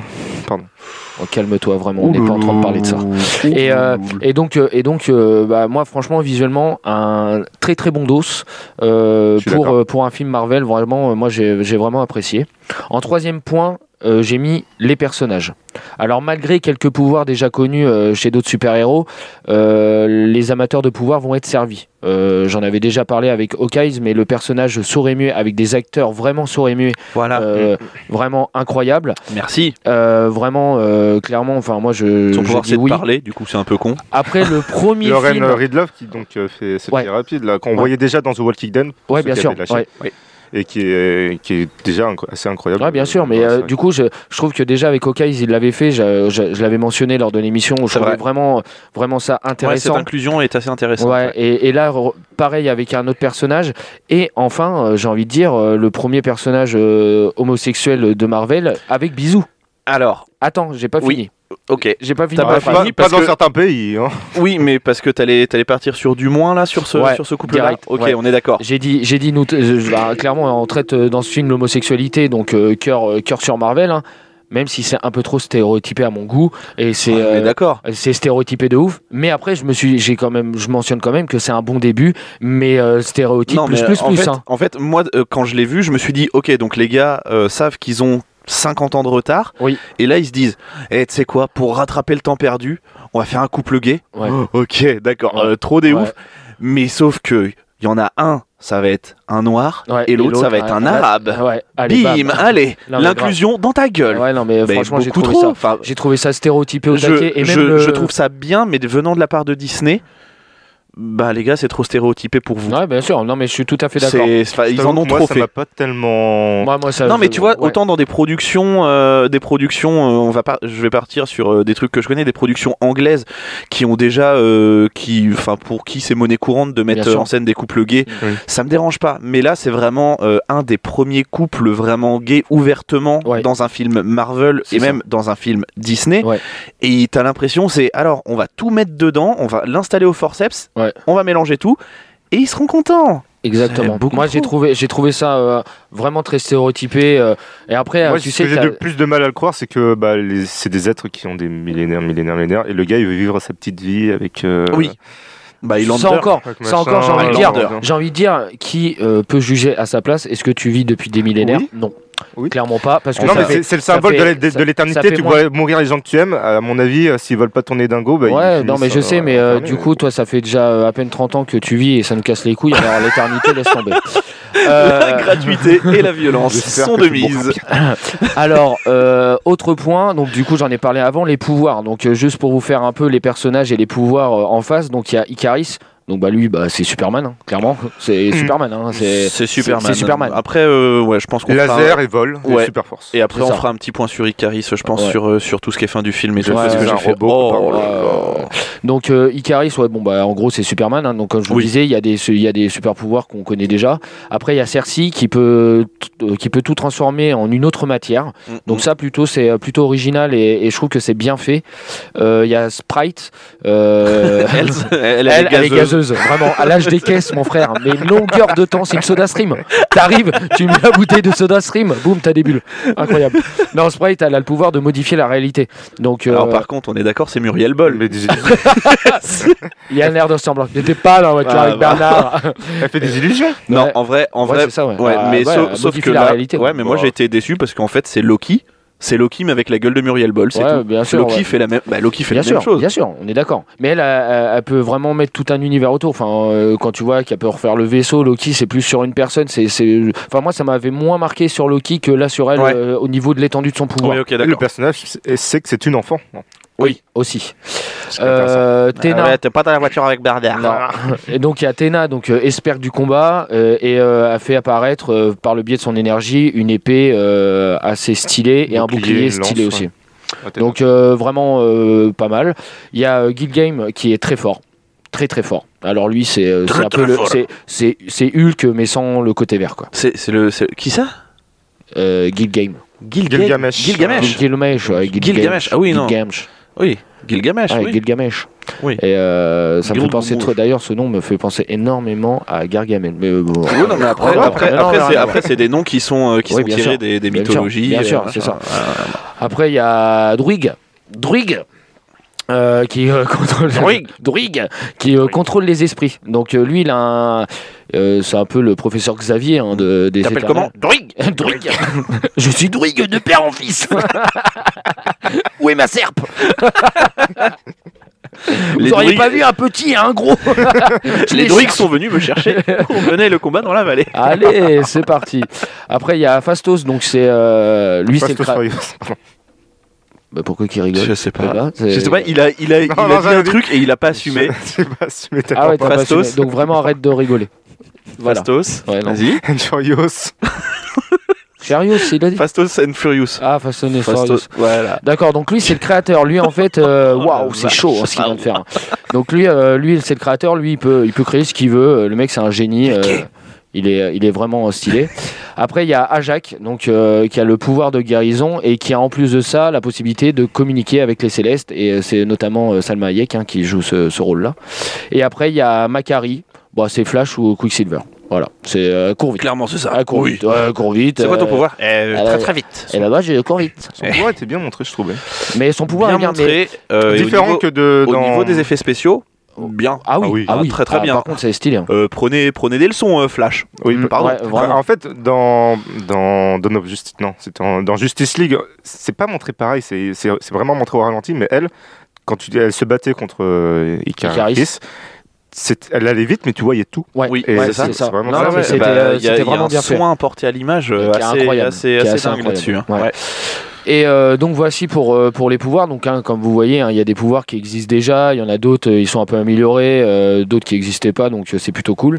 S1: Oh, Calme-toi vraiment, on n'est pas en train de parler de ça. Et, euh, et donc, euh, et donc euh, bah, moi, franchement, visuellement, un très très bon dos euh,
S3: Je suis
S1: pour,
S3: d'accord.
S1: euh, pour un film Marvel. Vraiment, euh, moi, j'ai j'ai vraiment apprécié. En troisième point, euh, j'ai mis les personnages. Alors, malgré quelques pouvoirs déjà connus euh, chez d'autres super-héros, euh, les amateurs de pouvoir vont être servis. Euh, J'en avais déjà parlé avec Hawkeye, mais le personnage sourd et muet, avec des acteurs vraiment sourds et muets,
S2: Voilà.
S1: euh, vraiment incroyables.
S2: Merci.
S1: Euh, vraiment, euh, clairement, enfin, moi, je.
S2: Son
S1: je
S2: pouvoir,
S1: dis
S2: c'est de
S1: oui.
S2: parler, du coup, c'est un peu con.
S1: Après le premier
S3: Lauren
S1: film.
S3: Ridloff qui donc euh, fait cette
S1: Ouais.
S3: vie rapide là qu'on
S1: Ouais.
S3: voyait déjà dans The Walking Dead
S1: Ouais,
S3: ceux
S1: bien
S3: qui
S1: sûr.
S3: avaient lâché.
S1: Ouais.
S3: et qui est qui est déjà inc- assez incroyable.
S1: Ouais, bien sûr, mais
S3: Ouais,
S1: euh,
S3: c'est vrai.
S1: du coup, je, je trouve que déjà avec Hawkeye, il l'avait fait, je, je- je l'avais mentionné lors de l'émission, où je
S2: C'est
S1: trouvais
S2: vrai.
S1: vraiment, vraiment ça
S2: Ouais, cette
S1: intéressant.
S2: inclusion est assez intéressante.
S1: Ouais,
S2: ouais.
S1: et, et là, re- pareil avec un autre personnage. Et enfin, euh, j'ai envie de dire, euh, le premier personnage euh, homosexuel de Marvel avec Bisou.
S2: Alors,
S1: Attends, j'ai pas
S2: Oui.
S1: fini.
S2: ok,
S1: J'ai pas fini.
S2: T'as
S1: ma
S2: pas
S1: phrase.
S2: fini
S3: Bah, pas,
S2: parce
S3: dans
S2: que-
S3: certains pays. hein.
S2: Oui, mais parce que t'allais allais partir sur du moins là sur ce
S1: Ouais,
S2: sur ce couple-là.
S1: direct,
S2: Ok,
S1: ouais.
S2: on est d'accord.
S1: J'ai dit, j'ai dit, nous, t- je- bah, clairement, on traite euh, dans ce film l'homosexualité, donc euh, cœur, euh, cœur sur Marvel, hein, même si c'est un peu trop stéréotypé à mon goût, et c'est,
S2: On est
S1: euh,
S2: d'accord.
S1: c'est stéréotypé de ouf. Mais après, je me suis, j'ai quand même, je mentionne quand même que c'est un bon début, mais euh, stéréotype plus
S2: mais
S1: plus
S2: en
S1: plus.
S2: fait,
S1: hein.
S2: en fait, moi, euh, quand je l'ai vu, je me suis dit, ok, donc les gars euh, savent qu'ils ont 50 ans de retard.
S1: Oui.
S2: Et là, ils se disent, eh, tu sais quoi, pour rattraper le temps perdu, on va faire un couple gay.
S1: Ouais.
S2: Oh, ok, d'accord,
S1: Ouais.
S2: euh, trop des
S1: Ouais.
S2: ouf. Mais sauf que, il y en a un, ça va être un noir,
S1: Ouais,
S2: et l'autre, ça va
S1: ouais,
S2: être un
S1: ouais,
S2: arabe.
S1: Ouais, allez,
S2: Bim,
S1: bam.
S2: allez,
S1: Non, mais
S2: l'inclusion dans ta gueule.
S1: Ouais, non, mais,
S2: Mais
S1: franchement, j'ai
S2: beaucoup
S1: trouvé
S2: trop.
S1: ça.
S2: Enfin,
S1: J'ai trouvé ça stéréotypé au
S2: je,
S1: taquet. Et même
S2: je-
S1: le-
S2: je trouve ça bien, mais venant de la part de Disney, bah les gars, c'est trop stéréotypé pour vous.
S1: Ouais, bien sûr. Non, mais je suis tout à fait d'accord.
S2: C'est- enfin,
S3: Je
S2: ils
S3: t'avoue
S2: en ont
S3: que moi,
S2: trop
S3: ça
S2: fait.
S3: m'a pas tellement.
S1: Moi, moi, ça,
S2: Non mais
S1: Euh, je-
S2: tu vois
S1: ouais.
S2: autant dans des productions euh, des productions euh, on va pas je vais partir sur euh, des trucs que je connais des productions anglaises qui ont déjà euh, qui enfin pour qui c'est monnaie courante de mettre
S1: Bien sûr.
S2: en scène des couples gays
S3: Oui.
S2: ça me dérange pas mais là c'est vraiment euh, un des premiers couples vraiment gays ouvertement
S1: Ouais.
S2: dans un film Marvel
S1: C'est
S2: et
S1: ça.
S2: même dans un film Disney
S1: Ouais.
S2: et t'as l'impression c'est alors on va tout mettre dedans on va l'installer au forceps
S1: Ouais.
S2: on va mélanger tout et ils seront contents
S1: Exactement.
S2: C'est beaucoup
S1: Moi,
S2: trop.
S1: j'ai trouvé, j'ai trouvé ça euh, vraiment très stéréotypé. euh, et après,
S3: Moi,
S1: euh, tu
S3: ce
S1: sais,
S3: que j'ai
S1: t'as-
S3: le plus de mal à le croire, c'est que bah, les- c'est des êtres qui ont des millénaires, millénaires, millénaires, et le gars, il veut vivre sa petite vie avec. euh,
S2: oui bah ils
S1: ça encore,
S3: Avec
S1: ça encore, j'ai
S3: machin,
S1: envie de
S2: Highlander.
S1: dire, j'ai envie de dire, qui euh, peut juger à sa place Est-ce que tu vis depuis des millénaires
S3: Oui.
S1: Non,
S3: Oui.
S1: clairement pas, parce que
S3: Non,
S1: ça
S3: mais
S1: fait-
S3: c'est- c'est le
S1: ça
S3: symbole de
S1: fait-
S3: la- de
S1: ça-
S3: de
S1: ça
S3: l'éternité.
S1: fait
S3: Tu
S1: moins-
S3: vois mourir les gens que tu aimes. À mon avis, euh, s'ils veulent pas tourner dingo, bah, ils
S1: ouais,
S3: finissent,
S1: non, mais je
S3: euh,
S1: sais, mais euh,
S3: enfermés.
S1: du coup, toi, ça fait déjà euh, à peine 30 ans que tu vis et ça me casse les couilles, alors l'éternité, laisse tomber.
S2: la
S1: Euh,
S2: gratuité et la violence
S3: J'espère
S2: sont
S3: que
S2: de
S3: tu mourras
S2: mise.
S1: alors, euh, autre point, donc du coup, j'en ai parlé avant, les pouvoirs. Donc, euh, juste pour vous faire un peu les personnages et les pouvoirs euh, en face, donc il y a Icaris. Donc, bah, lui, bah, c'est Superman, hein, clairement. C'est
S3: Mm.
S1: Superman, hein, c'est.
S2: C'est Superman.
S1: c'est Superman.
S2: Après, euh, ouais, je pense qu'on fera un-
S3: Laser et vol, et
S2: Ouais.
S3: super force.
S2: Et après,
S1: C'est
S2: on
S1: ça.
S2: fera un petit point sur Icaris, je pense,
S1: Ouais.
S2: sur, euh, sur tout ce qui est fin du film et tout.
S1: Ouais,
S2: parce que
S1: c'est
S2: j'ai
S3: un
S2: fait.
S3: robot,
S2: oh,
S3: pas
S2: là
S1: Euh,
S2: là.
S1: donc euh, Icaris, ouais, bon, bah, en gros c'est Superman, hein. donc comme je vous
S2: Oui.
S1: le disais, il y a des, il y a des super pouvoirs qu'on connaît déjà. Après il y a Cersei qui peut, t- euh, qui peut tout transformer en une autre matière.
S2: Mm.
S1: Donc ça plutôt c'est euh, plutôt original et, et je trouve que c'est bien fait. Euh, Il y a Sprite, euh,
S2: elle, elle, elle,
S1: elle,
S2: est
S1: elle est
S2: gazeuse.
S1: gazeuse, vraiment, à l'âge des caisses, mon frère. Mais une longueur de temps, c'est une soda stream. T'arrives, tu mets la bouteille de soda stream, boum, t'as des bulles. Incroyable. Non, Sprite, elle a le pouvoir de modifier la réalité. Donc,
S2: Alors,
S1: euh,
S2: par contre, on est d'accord, c'est Muriel Boll.
S3: Mais des-
S1: il y a un air de semblant. J'étais pas là, ouais, tu vois,
S2: Ah,
S1: avec
S2: bah.
S1: Bernard.
S3: Elle fait des illusions.
S2: Non,
S1: Ouais.
S2: en vrai, en
S1: Ouais,
S2: vrai,
S1: c'est ça, ouais.
S2: ouais,
S1: Ah,
S2: mais
S1: ouais,
S2: sauf, sauf
S1: modifie
S2: que
S1: la
S2: là-
S1: réalité,
S2: ouais,
S1: ouais.
S2: mais moi
S3: Bah.
S2: j'ai été déçu parce qu'en fait, c'est Loki. C'est Loki mais avec la gueule de Muriel Boll, c'est
S1: Ouais,
S2: tout.
S1: bien sûr.
S2: Loki
S1: ouais.
S2: fait la même, bah, Loki fait
S1: Bien
S2: la même
S1: sûr,
S2: chose.
S1: bien sûr, on est d'accord. Mais elle, elle, elle peut vraiment mettre tout un univers autour. Enfin, euh, quand tu vois qu'elle peut refaire le vaisseau, Loki, c'est plus sur une personne. C'est, c'est- Enfin, moi, ça m'avait moins marqué sur Loki que là sur elle,
S2: Ouais.
S1: euh, au niveau de l'étendue de son pouvoir.
S2: Ouais, ok,
S3: Le
S2: d'accord.
S3: personnage c'est- c'est que c'est une enfant. Non,
S1: Oui, aussi.
S3: c'est intéressant.
S1: Euh, Téna.
S2: Ah ouais, T'es pas dans la voiture avec Bernard.
S1: Non. Et donc il y a Téna, donc euh, experte du combat, euh, et euh, a fait apparaître euh, par le biais de son énergie une épée euh, assez stylée et un
S3: Bouclier,
S1: bouclier
S3: une lance,
S1: stylé
S3: ouais.
S1: aussi.
S3: Ah, t'es-
S1: Donc euh, vraiment euh, pas mal. Il y a euh, Guild Game qui est très fort. Très très fort. Alors lui c'est euh, c'est un peu le c'est- c'est c'est Hulk mais sans le côté vert quoi.
S2: C'est c'est le. c'est- Qui ça
S1: Euh, Guild Game.
S3: Gilgamesh.
S2: Gilgamesh.
S1: Gilgamesh. ouais, Guild
S2: Gilgamesh,
S1: Game.
S2: ah oui, non.
S1: Gilgamesh.
S2: Oui, Gilgamesh.
S1: Ouais,
S2: oui.
S1: Ah, Gilgamesh.
S2: Oui.
S1: Et euh, ça me fait
S2: Gilgamesh.
S1: penser trop. D'ailleurs, ce nom me fait penser énormément à Gargamel. Mais euh, bon,
S2: Oui, non, mais après,
S1: Ouais,
S2: après,
S1: non,
S2: après,
S1: non,
S2: c'est,
S1: non,
S2: après, c'est des noms qui sont, euh, qui
S1: Oui,
S2: sont
S1: bien
S2: tirés
S1: sûr.
S2: des, des
S1: Bien sûr,
S2: mythologies.
S1: bien sûr,
S2: euh,
S1: c'est
S2: machin.
S1: Après, il y a Druig. Druig euh, qui euh, contrôle
S2: Druig.
S1: Druig, qui euh, contrôle les esprits. Donc euh, lui, il a un, euh, c'est un peu le professeur Xavier hein, de des.
S2: T'appelles
S1: Éternels.
S2: comment Druig
S1: Druig. Je suis Druig de père en fils. Où est ma serpe Vous
S2: Les
S1: auriez
S2: druides-
S1: pas vu un petit et un gros Je
S2: Les druides
S1: cherche.
S2: sont venus me chercher. On menait le combat dans la vallée.
S1: Allez, c'est parti. Après, il y a Fastos, donc c'est euh, lui, c'est le
S3: Fast
S1: cra-
S3: Furious.
S1: Bah, pourquoi qu'il rigole
S2: Je sais pas.
S1: Voilà, c'est- Ah
S2: Je sais pas, il a, il a, il a
S3: non,
S2: dit
S3: j'ai
S2: un
S3: dit-
S2: truc et il a pas assumé.
S3: Je sais pas assumé,
S1: Ah ouais,
S3: t'as pas.
S1: t'as pas
S2: Fastos.
S1: assumé. Donc vraiment, arrête de rigoler. Voilà.
S2: Fastos.
S1: Ouais, non.
S2: Vas-y.
S3: And Ah Furious.
S1: Sérieux, c'est il a dit.
S2: Fastos and Furious.
S1: Ah, Fast and Furious.
S2: Fastos. Voilà.
S1: D'accord, donc lui c'est le créateur. Lui en fait, euh,
S2: Oh
S1: waouh,
S2: la
S1: c'est
S2: vache,
S1: chaud hein, ce qu'il vient de faire. Donc lui, euh, lui c'est le créateur. Lui, il peut, il peut créer ce qu'il veut. Euh, Le mec, c'est un génie. euh, il est, il est vraiment euh, stylé. Après, il y a Ajak, donc euh, qui a le pouvoir de guérison et qui a en plus de ça la possibilité de communiquer avec les célestes. Et euh, c'est notamment euh, Salma Hayek hein, qui joue ce, ce rôle-là. Et après, il y a Macari. Bon, c'est Flash ou Quicksilver. Voilà, c'est euh, court vite.
S2: Clairement, c'est ça.
S1: Ah, cours vite, ouais, cours vite.
S2: C'est quoi ton
S1: euh,
S2: pouvoir
S1: très, très
S2: vite.
S1: Et là-bas, je cours vite.
S3: Son pouvoir était bien montré, je trouvais.
S1: Mais son pouvoir
S2: Bien
S1: est bien mais-
S2: montré. euh, et au
S3: Différent
S2: niveau-
S3: que de.
S2: Au
S3: dans-
S2: niveau des effets spéciaux, bien.
S1: Ah oui,
S3: Ah oui.
S2: Ah, très, très bien.
S1: Par contre, c'est stylé. hein.
S2: Euh, prenez, prenez des leçons, euh, Flash.
S3: Oui,
S2: Mm, pardon.
S1: Ouais, vraiment.
S3: En fait, dans dans Dawn of Justice, non, c'est en- dans Justice League, c'est pas montré pareil, c'est c'est c'est vraiment montré au ralenti, mais elle, quand tu dis- elle se battait contre euh, Icaris,
S1: Icaris.
S3: c'est- elle allait vite, mais tu voyais tout.
S1: Ouais.
S2: Oui,
S3: Et
S1: Ouais,
S2: c'est ça.
S1: c'est ça.
S3: vraiment
S1: Non,
S3: ça.
S1: mais
S2: ouais,
S1: c'était
S2: bah,
S1: euh,
S2: il y a-
S1: c'était
S2: il y a
S1: vraiment
S2: un
S1: bien fait.
S2: soin apporté à l'image euh,
S1: Qui est
S2: assez,
S1: incroyable,
S2: assez,
S1: qui est
S2: assez
S1: assez
S2: dingue
S1: incroyable.
S2: là-dessus. hein.
S1: Ouais.
S2: Ouais.
S1: Et euh, donc voici pour, euh, pour les pouvoirs. Donc, hein, comme vous voyez, hein, il y a des pouvoirs qui existent déjà, il y en a d'autres, euh, ils sont un peu améliorés, euh, d'autres qui n'existaient pas, donc euh, c'est plutôt cool.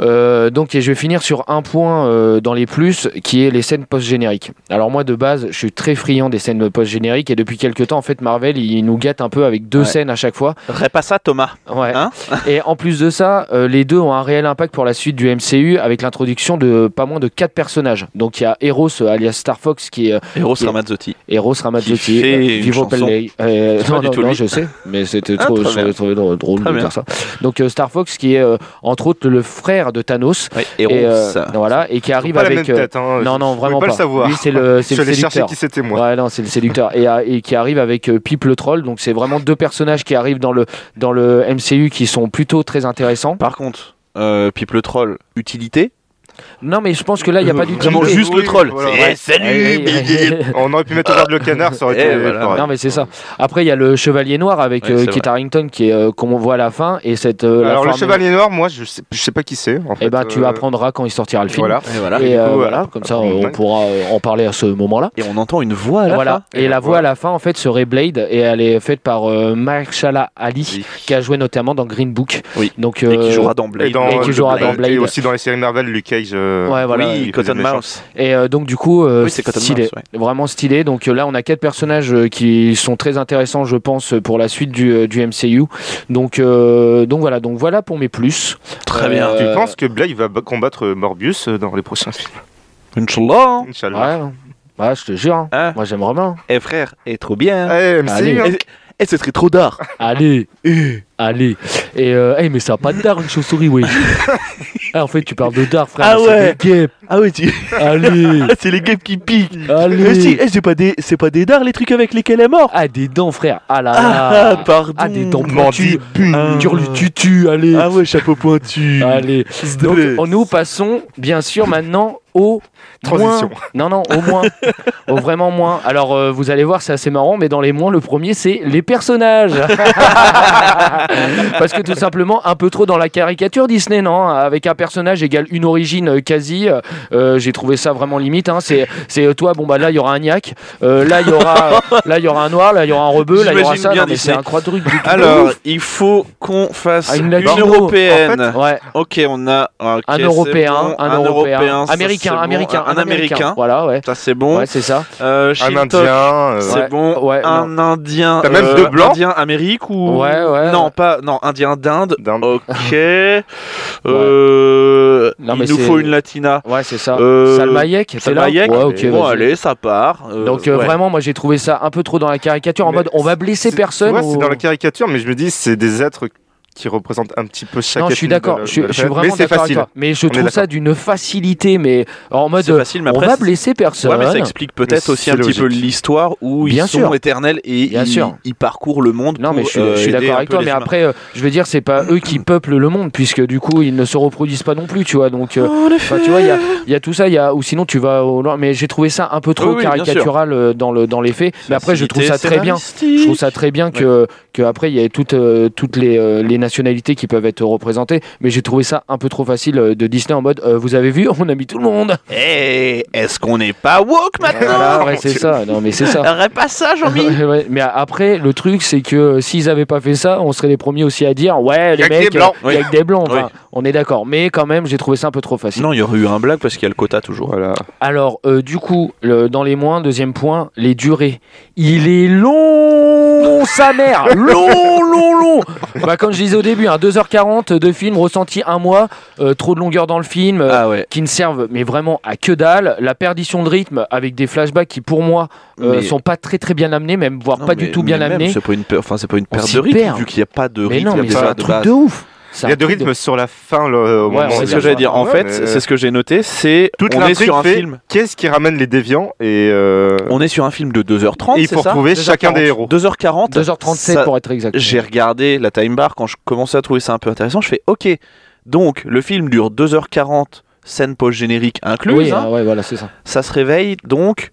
S1: Euh, donc et je vais finir sur un point euh, dans les plus, qui est les scènes post-génériques. Alors moi, de base, je suis très friand des scènes post-génériques, et depuis quelques temps, en fait, Marvel, il nous gâte un peu avec deux
S2: Ouais.
S1: scènes à chaque fois.
S2: Répas ça, Thomas.
S1: Ouais.
S2: Hein
S1: et en plus de ça, euh, les deux ont un réel impact pour la suite du MCU avec l'introduction de pas moins de quatre personnages. Donc il y a Eros euh, alias Star Fox qui est euh,
S2: Eros
S1: Et-
S2: Ramazzotti.
S1: Eros Ramazzotti,
S2: Qui fait
S1: euh,
S2: une
S1: Vivo
S2: chanson.
S1: Pelley. Euh,
S2: C'est pas
S1: non,
S2: du
S1: non,
S2: tout
S1: non,
S2: lui.
S1: je sais, mais c'était
S2: Ah,
S1: trop,
S2: très
S1: je
S2: bien.
S1: trouvais drôle, drôle
S2: Très
S1: de
S2: bien.
S1: faire ça. Donc euh, Star Fox qui est euh, entre autres le frère de Thanos
S2: Ouais, Eros.
S1: et euh, voilà et qui
S3: Ils ont
S1: arrive
S3: pas la
S1: avec
S3: même
S1: euh,
S3: tête, hein.
S1: non non
S3: Je pouvais
S1: vraiment
S3: pas le savoir.
S1: Lui, c'est le
S3: Je
S1: c'est
S3: suis
S1: le
S3: allé chercher
S1: séducteur.
S3: qui c'était moi.
S1: Ouais, non, c'est le séducteur. Et, à- et qui arrive avec euh, Pipe le troll. Donc, c'est vraiment deux personnages qui arrivent dans le, dans le MCU qui sont plutôt très intéressants.
S2: Par contre, euh, Pipe le troll, utilité.
S1: Non, mais je pense que là, il n'y a pas du tout.
S2: Vraiment
S3: d'utilité.
S2: juste le troll.
S3: Voilà,
S2: C'est,
S3: ouais.
S2: Eh, salut, bébé.
S3: On aurait pu mettre Howard le canard, ça aurait
S2: Eh,
S3: été
S2: voilà.
S3: pareil.
S1: Non, mais c'est ça. Après, il y a le Chevalier Noir avec
S2: Ouais,
S1: euh,
S2: c'est
S1: Kit
S2: vrai.
S1: Harington qui est, euh, comme on voit à la fin. Et cette. euh, la
S3: Alors le
S1: forme-
S3: chevalier noir, moi je sais, je sais pas qui c'est. En
S1: Eh
S3: fait,
S1: ben, tu
S3: euh,
S1: apprendras quand il sortira le film.
S3: Voilà.
S2: Et voilà.
S1: Et
S3: du
S1: euh,
S3: coup,
S1: voilà,
S3: voilà.
S1: comme ça,
S3: Ouais.
S1: on pourra euh, en parler à ce moment-là.
S2: Et on entend une voix à la
S1: voilà.
S2: fin.
S1: Et, la voix à la fin, en fait, serait Blade, et elle est faite par euh, Mahershala Ali,
S2: Oui.
S1: qui a joué notamment dans Green Book.
S2: Oui.
S1: Donc,
S2: Et
S1: euh,
S2: qui jouera dans Blade.
S3: Et, dans,
S1: Et qui
S3: euh,
S1: jouera
S3: Blade.
S1: dans Blade.
S3: Et aussi dans les séries Marvel, Luke Cage. euh,
S1: Ouais, voilà.
S3: il
S2: oui,
S3: faisait le
S2: Cotton
S3: méchant.
S2: Mouse.
S1: Et euh, donc du coup, euh,
S2: Oui, c'est Cotton
S1: stylé,
S2: Mouse,
S1: vraiment stylé. Donc euh, là, on a quatre personnages euh, qui sont très intéressants, je pense, euh, pour la suite du, euh, du MCU. Donc euh, donc voilà, donc voilà pour mes plus.
S2: Très
S1: Euh,
S2: bien.
S3: Tu
S1: Euh,
S3: penses que Blade va b- combattre Morbius euh, dans les prochains films
S2: Inch'Allah.
S1: Ouais,
S3: Inch'Allah.
S1: hein. ouais je te jure. hein.
S2: Hein
S1: Moi, j'aimerais bien.
S2: Eh frère, et trop bien.
S3: Eh,
S1: Allez.
S3: MCU, hein.
S2: Eh, eh, ce serait trop d'art.
S1: Allez,
S2: Eh.
S1: allez. Et euh, hey, mais ça a pas de dard une chauve-souris, oui. Ah, en fait, tu parles de dard, frère.
S2: Ah
S1: mais c'est
S2: ouais.
S1: des guêpes.
S2: Ah oui, tu...
S1: Allez,
S2: ah, c'est les games qui piquent. Eh, si,
S1: allez.
S2: eh, c'est pas des, c'est pas des dards les trucs avec lesquels elle est morte.
S1: Ah des dents, frère. Ah là
S2: Ah,
S1: là.
S2: pardon.
S1: Ah, des dents
S3: Mandy,
S1: pointues. Hum.
S2: Ah.
S1: Turlututu, allez.
S2: Ah ouais, chapeau pointu.
S1: Allez. Donc,
S2: Bleu.
S1: on- nous passons bien sûr maintenant au
S3: Transition.
S1: moins. Non, non, au moins. au vraiment moins. Alors, euh, vous allez voir, c'est assez marrant, mais dans les moins, le premier, c'est les personnages. Parce que tout simplement, un peu trop dans la caricature Disney, non Avec un personnage égale une origine euh, quasi. euh, euh, J'ai trouvé ça vraiment limite. hein. C'est c'est, euh, toi, bon, bah là, il y aura un niaque. euh, là, il y aura euh, là, il y aura un noir. Là, il y aura un rebeu. Là, il y aura
S2: J'imagine
S1: ça.
S2: bien
S1: Non, mais c'est
S2: Disney.
S1: un croix de rue.
S2: Alors, il faut qu'on fasse
S1: Ah, une
S2: une,
S1: latino.
S2: européenne.
S1: Ouais.
S2: Ok, on a ok,
S1: Un
S2: c'est
S1: Européen,
S2: bon.
S1: un, Européen,
S2: ça,
S1: américain,
S2: c'est bon.
S1: américain,
S2: un, américain.
S1: Voilà, ouais.
S2: Ça c'est bon.
S1: Ouais, c'est ça.
S2: Euh,
S3: Un
S2: Shintok,
S3: indien. euh,
S2: c'est
S1: Ouais,
S2: bon.
S1: ouais,
S2: un indien.
S3: T'as même
S2: euh,
S3: deux blancs
S2: Indien Amérique ou
S1: Ouais, ouais.
S2: Non, pas non, indien d'Inde.
S3: d'un-
S1: Oh,
S2: Ok. Euh,
S1: Non, mais
S2: il nous
S1: c'est-
S2: faut une latina.
S1: Ouais, c'est ça.
S2: Euh,
S1: Salma Hayek, t'es
S2: Salma
S1: là
S2: Hayek.
S1: Ouais, ok,
S2: bon,
S1: vas-y.
S2: allez, ça part. Euh,
S1: Donc euh,
S2: ouais.
S1: vraiment, moi j'ai trouvé ça un peu trop dans la caricature, en
S3: Mais
S1: mode on va blesser
S3: C'est-
S1: personne.
S3: Tu vois,
S1: ou-
S3: c'est dans la caricature, mais je me dis, c'est des êtres qui représentent un petit peu chaque.
S1: Non, je suis
S3: ethnie de
S1: d'accord,
S3: la-
S1: je, suis-
S3: de la
S1: je suis
S3: planète.
S1: vraiment
S3: Mais c'est
S1: d'accord
S3: facile.
S1: avec toi. Mais je
S3: On est
S1: trouve ça
S3: d'accord.
S1: d'une facilité, mais en mode
S2: c'est facile, mais
S1: on
S2: après
S1: va
S2: c'est-
S1: blesser personne.
S2: Ouais, mais ça explique peut-être
S3: c'est
S2: aussi un petit
S3: logique.
S2: peu l'histoire où ils
S1: Bien
S2: sont
S1: sûr.
S2: éternels et
S1: Bien
S2: ils,
S1: sûr.
S2: ils parcourent le monde.
S1: non mais je
S2: pour,
S1: suis,
S2: euh,
S1: je suis
S2: aider
S1: d'accord
S2: un
S1: avec
S2: peu
S1: toi,
S2: les
S1: mais
S2: humains.
S1: après, euh, je veux dire, c'est pas eux qui peuplent le monde, puisque du coup, ils ne se reproduisent pas non plus, tu vois. Donc, euh, enfin, tu vois, il y a, il y a tout ça, il y a, ou sinon tu vas au loin. Mais j'ai trouvé ça un peu trop
S2: Oui, oui, bien sûr.
S1: caricatural euh, dans, le, dans les faits. Mais après, je trouve ça
S2: Facilité
S1: très bien.
S2: scénaristique.
S1: Je trouve ça très bien que, que après il y ait toutes, euh, toutes les, euh, les nationalités qui peuvent être représentées, mais j'ai trouvé ça un peu trop facile euh, de Disney en mode euh, vous avez vu, on a mis tout le monde.
S2: Eh, est-ce qu'on n'est pas woke maintenant
S1: Voilà, ouais, c'est ça. Non mais c'est ça.
S2: Arrête pas ça, Jean-Mi
S1: Ouais, ouais. Mais après, le truc, c'est que euh, s'ils avaient pas fait ça, on serait les premiers aussi à dire ouais,
S3: Y a
S1: les
S3: que des
S1: mecs,
S3: blancs.
S1: il y a que des blancs. Enfin,
S2: Oui.
S1: On est d'accord. Mais quand même, j'ai trouvé ça un peu trop facile.
S2: Non, il y aurait eu un blague parce qu'il y a le quota toujours.
S3: Voilà.
S1: Alors, euh, du coup, le- dans les moins, deuxième point, les durées. Il est long, sa mère Long, long, long bah, Comme je disais au début, hein, 2h40 de film ressenti un mois, euh, trop de longueur dans le film, euh,
S2: Ah ouais.
S1: qui ne servent mais vraiment à que dalle. La perdition de rythme avec des flashbacks qui, pour moi, euh,
S2: Mais-
S1: sont pas très très bien amenés, même voire
S2: Non,
S1: pas
S2: mais-
S1: du tout bien
S2: mais même,
S1: amenés.
S2: C'est pas une, per- enfin, c'est pas une
S1: On
S2: perte
S1: s'y
S2: de rythme
S1: perd.
S2: vu qu'il n'y a pas de
S1: Mais
S2: rythme.
S1: non,
S2: il y a
S1: mais
S2: pas
S1: c'est un
S2: de
S1: truc
S2: base.
S1: de ouf C'est
S3: Il y
S1: un
S3: a du
S1: truc de-
S3: rythme sur la fin, là, au
S1: Ouais,
S3: moment
S1: on
S3: où-
S2: C'est ce
S1: Ouais,
S2: que j'allais dire. En
S3: ouais,
S2: fait,
S3: mais-
S2: c'est ce que j'ai noté, c'est
S3: Toute
S2: on est
S3: l'intrigue
S2: sur un
S3: fait-
S2: film.
S3: Qu'est-ce qui ramène les déviants et, euh,
S2: On est sur un film de 2h30,
S3: et il
S2: c'est
S3: faut
S2: ça
S3: retrouver chacun des héros.
S2: 2h40.
S1: 2h37
S2: ça-
S1: pour être exact. hein.
S2: J'ai regardé la time bar quand je commençais à trouver ça un peu intéressant, je fais OK. Donc le film dure 2h40 scène post générique incluse,
S1: Oui,
S2: hein.
S1: hein, ouais, voilà, c'est ça.
S2: ça se réveille donc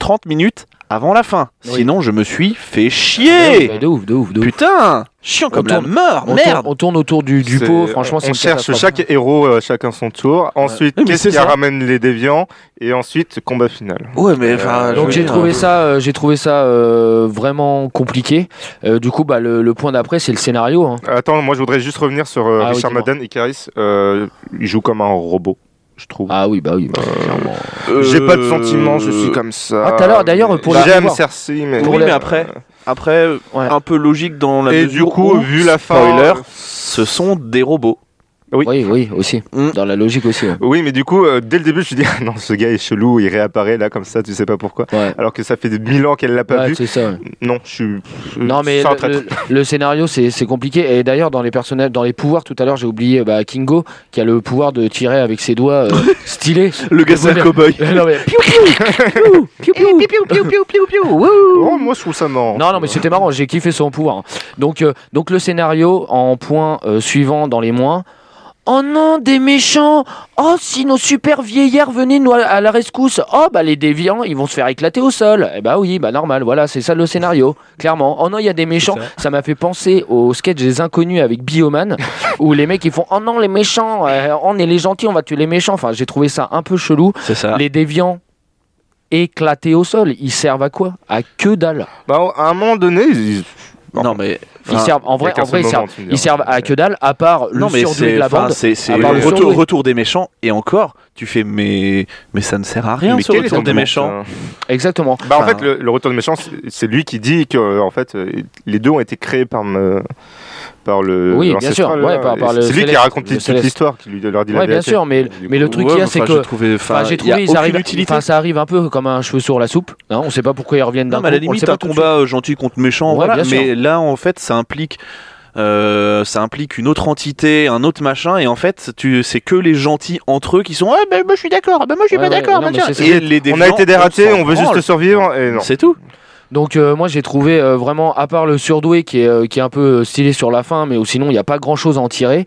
S2: 30 minutes avant la fin.
S1: Oui. Ah,
S2: Sinon, je me suis fait
S1: Ouais,
S2: chier.
S1: ouais, De ouf, de ouf, de ouf.
S2: Putain, chiant
S1: On
S2: comme la
S1: tourne-
S2: mort,
S1: On
S2: merde.
S1: tourne, on tourne autour du, du
S3: C'est-
S1: pot, franchement,
S3: on,
S1: c'est une
S3: cherche
S1: catastrophe.
S3: chaque héros, euh, chacun son tour. Ensuite,
S2: Oui, mais
S3: qu'est-ce
S2: c'est
S3: qui
S2: ça.
S3: ramène les déviants Et ensuite, combat final.
S2: Ouais, mais enfin,
S3: Euh,
S2: je
S1: Donc
S2: veux
S1: j'ai
S2: dire,
S1: trouvé ça, euh, j'ai trouvé ça euh, vraiment compliqué. Euh, du coup, bah, le, le point d'après, c'est le scénario. hein.
S3: Attends, moi je voudrais juste revenir sur euh,
S1: Ah oui,
S3: Richard
S1: dis-moi.
S3: Madden. Icaris, euh, il joue comme un robot, je trouve.
S1: Ah oui, bah oui. bah, clairement.
S2: euh,
S3: J'ai pas de sentiments, je suis comme ça.
S1: Ah, tout à l'heure, d'ailleurs, pour la
S3: J'aime
S1: revoir.
S3: Cersei, mais.
S1: Pour
S2: Oui,
S1: la-
S2: mais après, après, euh,
S1: Ouais.
S2: un peu logique dans la
S3: Et du
S2: mesure
S3: coup,
S2: où,
S3: vu la fin.
S2: spoiler,
S1: euh,
S2: ce sont des robots.
S1: Oui, oui, aussi.
S2: Mm.
S1: Dans la logique aussi. ouais.
S3: Oui, mais du coup, euh, dès le début, je suis dit, Ah non, ce gars est chelou, il réapparaît là comme ça, tu sais pas pourquoi.
S1: Ouais.
S3: Alors que ça fait des mille ans qu'elle l'a pas
S1: Ouais,
S3: vu.
S1: c'est ça. ouais.
S3: Non, je suis.
S1: Non mais
S3: c'est un
S1: le,
S3: traître.
S1: le- le scénario c'est c'est compliqué et d'ailleurs dans les personnages dans les pouvoirs tout à l'heure j'ai oublié bah, Kingo qui a le pouvoir de tirer avec ses doigts euh, stylé
S2: Le gars, c'est un cowboy.
S1: non mais piou, piou, piou, piou, piou, piou, piou, piou, piou, wouh.
S3: Oh, moi, je trouve ça marrant.
S1: Non, non, mais c'était marrant, j'ai kiffé son pouvoir. Donc, euh, donc le scénario en point euh, suivant dans les moins. Oh non, des méchants Oh, si nos super vieillards venaient nous à, à la rescousse Oh, bah les déviants, ils vont se faire éclater au sol Eh bah oui, bah normal, voilà, c'est ça le scénario, clairement. Oh non, il y a des méchants Ça m'a fait penser au sketch des inconnus avec Bioman, où les mecs ils font Oh non, les méchants, euh, on est les gentils, on va tuer les méchants. Enfin, j'ai trouvé ça un peu chelou.
S2: C'est ça.
S1: Les déviants éclatés au sol, ils servent à quoi À que dalle
S3: Bah, à un moment donné, ils.
S2: Non, mais.
S1: ils
S2: enfin,
S1: servent, en vrai, en vrai, ils servent, ils servent à que dalle, à part le
S2: Non mais
S1: surdoué
S2: c'est
S1: de la
S2: enfin,
S1: bande.
S2: c'est c'est
S1: à
S2: le
S1: part le
S2: retour,
S1: surdoué.
S2: retour des méchants et encore tu fais mais mais ça ne sert à rien ce retour des méchants.
S1: Exactement.
S3: Bah, en
S2: Enfin-
S3: fait, le, le retour des méchants, c'est- c'est lui qui dit que euh, en fait, euh, les deux ont été créés par, me- par le.
S1: Oui, bien
S3: l'ancestral,
S1: sûr, ouais,
S3: là,
S1: par- par
S3: et
S1: le
S3: C'est lui qui
S1: céleste,
S3: raconte
S1: le
S3: toute
S1: céleste.
S3: l'histoire, qui lui leur dit la
S1: Ouais, bien
S3: vérité.
S1: sûr,
S2: hein,
S1: mais,
S3: Du
S1: mais le truc qu'il y a, c'est
S2: enfin, j'ai
S1: que.
S2: trouvé enfin
S1: Enfin, j'ai
S2: il y
S1: trouvé,
S2: a
S1: ils
S2: aucune
S1: arrivent,
S2: utilité.
S1: enfin, ça arrive un peu comme un cheveu sur la soupe. Hein, on sait pas pourquoi ils reviennent d'un
S2: non
S1: coup.
S2: mais à la
S1: on le
S2: limite
S1: sait pas
S2: un
S1: tout de
S2: combat euh, gentil contre méchant
S1: Ouais,
S2: voilà
S1: bien sûr.
S2: mais là en fait ça implique euh, ça implique une autre entité, un autre machin, et en fait, tu, c'est que les gentils entre eux qui sont. Ah, ben moi je suis d'accord, ben moi je suis
S1: Ouais,
S2: pas
S1: ouais,
S2: d'accord,
S1: non,
S2: ben,
S1: mais
S2: tiens.
S1: c'est ça.
S2: Et les
S3: On a
S2: déviants,
S3: été des ratés,
S2: s'en
S3: on veut juste
S2: branle.
S3: survivre. Et non.
S2: C'est tout.
S1: suite. Donc, euh, moi, j'ai trouvé euh, vraiment, à part le surdoué qui est, euh, qui est un peu euh, stylé sur la fin, mais où sinon, il n'y a pas grand chose à en tirer.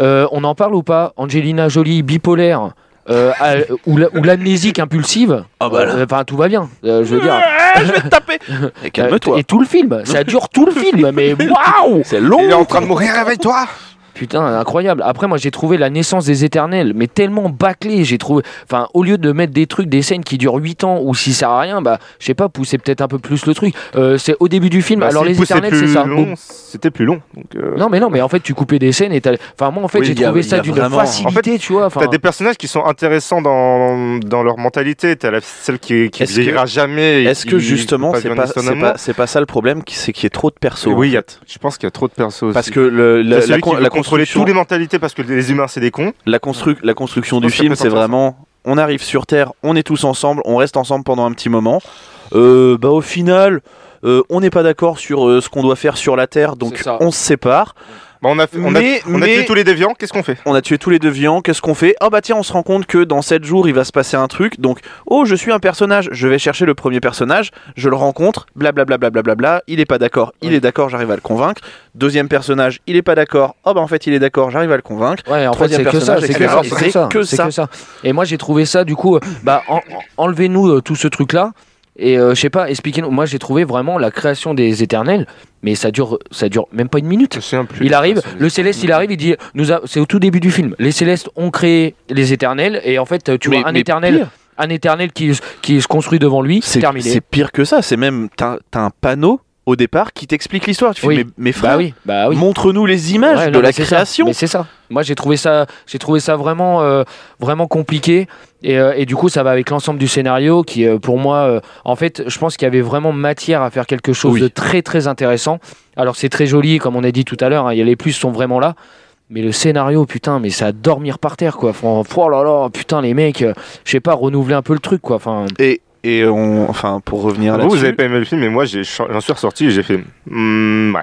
S1: Euh, on en parle ou pas Angelina Jolie, bipolaire, euh, à- ou, la- ou l'amnésique impulsive.
S2: Ah, bah, là.
S1: Euh, Enfin, tout va bien. Euh, je veux dire.
S2: Ah, je vais te taper. Et calme-toi.
S1: Et tout le film, ça dure tout le film, mais waouh
S2: C'est long.
S3: Il est en train de mourir, réveille-toi
S1: Putain, incroyable. Après, moi, j'ai trouvé la naissance des éternels, mais tellement bâclé. J'ai trouvé. Enfin, au lieu de mettre des trucs, des scènes qui durent 8 ans ou si ça sert à rien, bah, je sais pas, pousser peut-être un peu plus le truc. Euh, c'est au début du film.
S3: Bah,
S1: Alors,
S3: s'il
S1: les
S3: poussait
S1: éternels,
S3: plus
S1: c'est ça.
S3: long,
S1: Bon.
S3: C'était plus long. Donc, euh,
S1: Non, mais non, mais en fait, tu coupais des scènes et t'as. Enfin, moi, en fait,
S2: Oui,
S1: j'ai
S2: il y a-
S1: trouvé
S2: il y
S1: ça
S2: a
S1: d'une
S2: vraiment-
S1: facilité, tu vois. Enfin,
S3: T'as des personnages qui sont intéressants dans, dans leur mentalité. T'as la- celle qui, qui
S2: Est-ce
S3: vieillira jamais. et
S2: Est-ce
S3: qui-
S2: que justement,
S3: qui
S2: c'est
S3: John
S2: pas,
S3: Huston
S2: c'est
S3: amour.
S2: pas, c'est pas ça le problème, qui- c'est qu'il y ait trop de persos.
S3: Oui,
S2: en
S3: il y a-
S2: fait.
S3: je pense qu'il y a trop de persos.
S2: Parce
S3: aussi.
S2: que le-
S3: T'as
S2: la, la,
S3: celui
S2: con-
S3: qui veut
S2: la
S3: contrôler
S2: construction,
S3: toutes les mentalités parce que les humains c'est des cons.
S2: la, construc- la construction du
S3: Donc, ça
S2: film,
S3: peut
S2: c'est
S3: s'entendre.
S2: vraiment, on arrive sur Terre, on est tous ensemble, on reste ensemble pendant un petit moment. Euh, bah au final, euh, on n'est pas d'accord sur euh, ce qu'on doit faire sur la Terre, donc
S1: C'est ça.
S2: on se sépare.
S3: Bah, on a, fait- on a-
S2: Mais-
S3: on a
S2: mais-
S3: tué tous les déviants. Qu'est-ce qu'on fait
S2: On a tué tous les deviants, qu'est-ce qu'on fait Ah bah tiens, on se rend compte que dans 7 jours, il va se passer un truc. Donc, oh, je suis un personnage, je vais chercher le premier personnage, je le rencontre, blablabla, blablabla, il est pas d'accord, il est d'accord, j'arrive à le convaincre. Deuxième personnage, il est pas d'accord, oh bah en fait, il est d'accord, j'arrive à le convaincre.
S1: Ouais, en fait,
S2: Troisième
S1: c'est que ça,
S2: personnage,
S1: c'est que
S2: etc.
S1: ça,
S2: C'est
S1: c'est que ça,
S2: que
S1: c'est
S2: ça.
S1: que ça. Et moi, j'ai trouvé ça, du coup, euh, bah, en- en- enlevez-nous euh, tout ce truc-là. Et euh, je sais pas, expliquez-nous. Moi, j'ai trouvé vraiment la création des éternels, mais ça dure, ça dure même pas une minute. Il arrive, le céleste, il arrive, il dit, nous, a- c'est au tout début du film. Les célestes ont créé les éternels, et en fait, euh, tu
S2: Mais-
S1: vois un
S2: mais
S1: éternel,
S2: pire.
S1: un éternel qui, qui se construit devant lui, c'est
S2: C'est
S1: terminé.
S2: c'est pire que ça, c'est même, t'as t'as un panneau au départ qui t'explique l'histoire. Tu fais,
S1: Oui.
S2: mais, mais
S1: Bah
S2: frère,
S1: oui, bah oui.
S2: montre-nous les images
S1: Ouais,
S2: de
S1: non, mais
S2: la
S1: c'est ça.
S2: création.
S1: Mais c'est ça. Moi, j'ai trouvé ça, j'ai trouvé ça vraiment, euh, vraiment compliqué. Et, euh, et du coup, ça va avec l'ensemble du scénario qui, euh, pour moi, euh, en fait, je pense qu'il y avait vraiment matière à faire quelque chose
S2: Oui.
S1: de très, très intéressant. Alors, c'est très joli, comme on a dit tout à l'heure. hein, y a- les plus sont vraiment là. Mais le scénario, putain, mais ça à dormir par terre, quoi. Fran- Oh là là, putain, les mecs, euh, je sais pas, renouveler un peu le truc, quoi. Enfin,
S2: Et, et on, enfin, pour revenir
S3: Vous, vous
S2: là-dessus,
S3: avez pas aimé le film, mais moi j'ai- j'en suis ressorti et j'ai fait. hmm, ouais.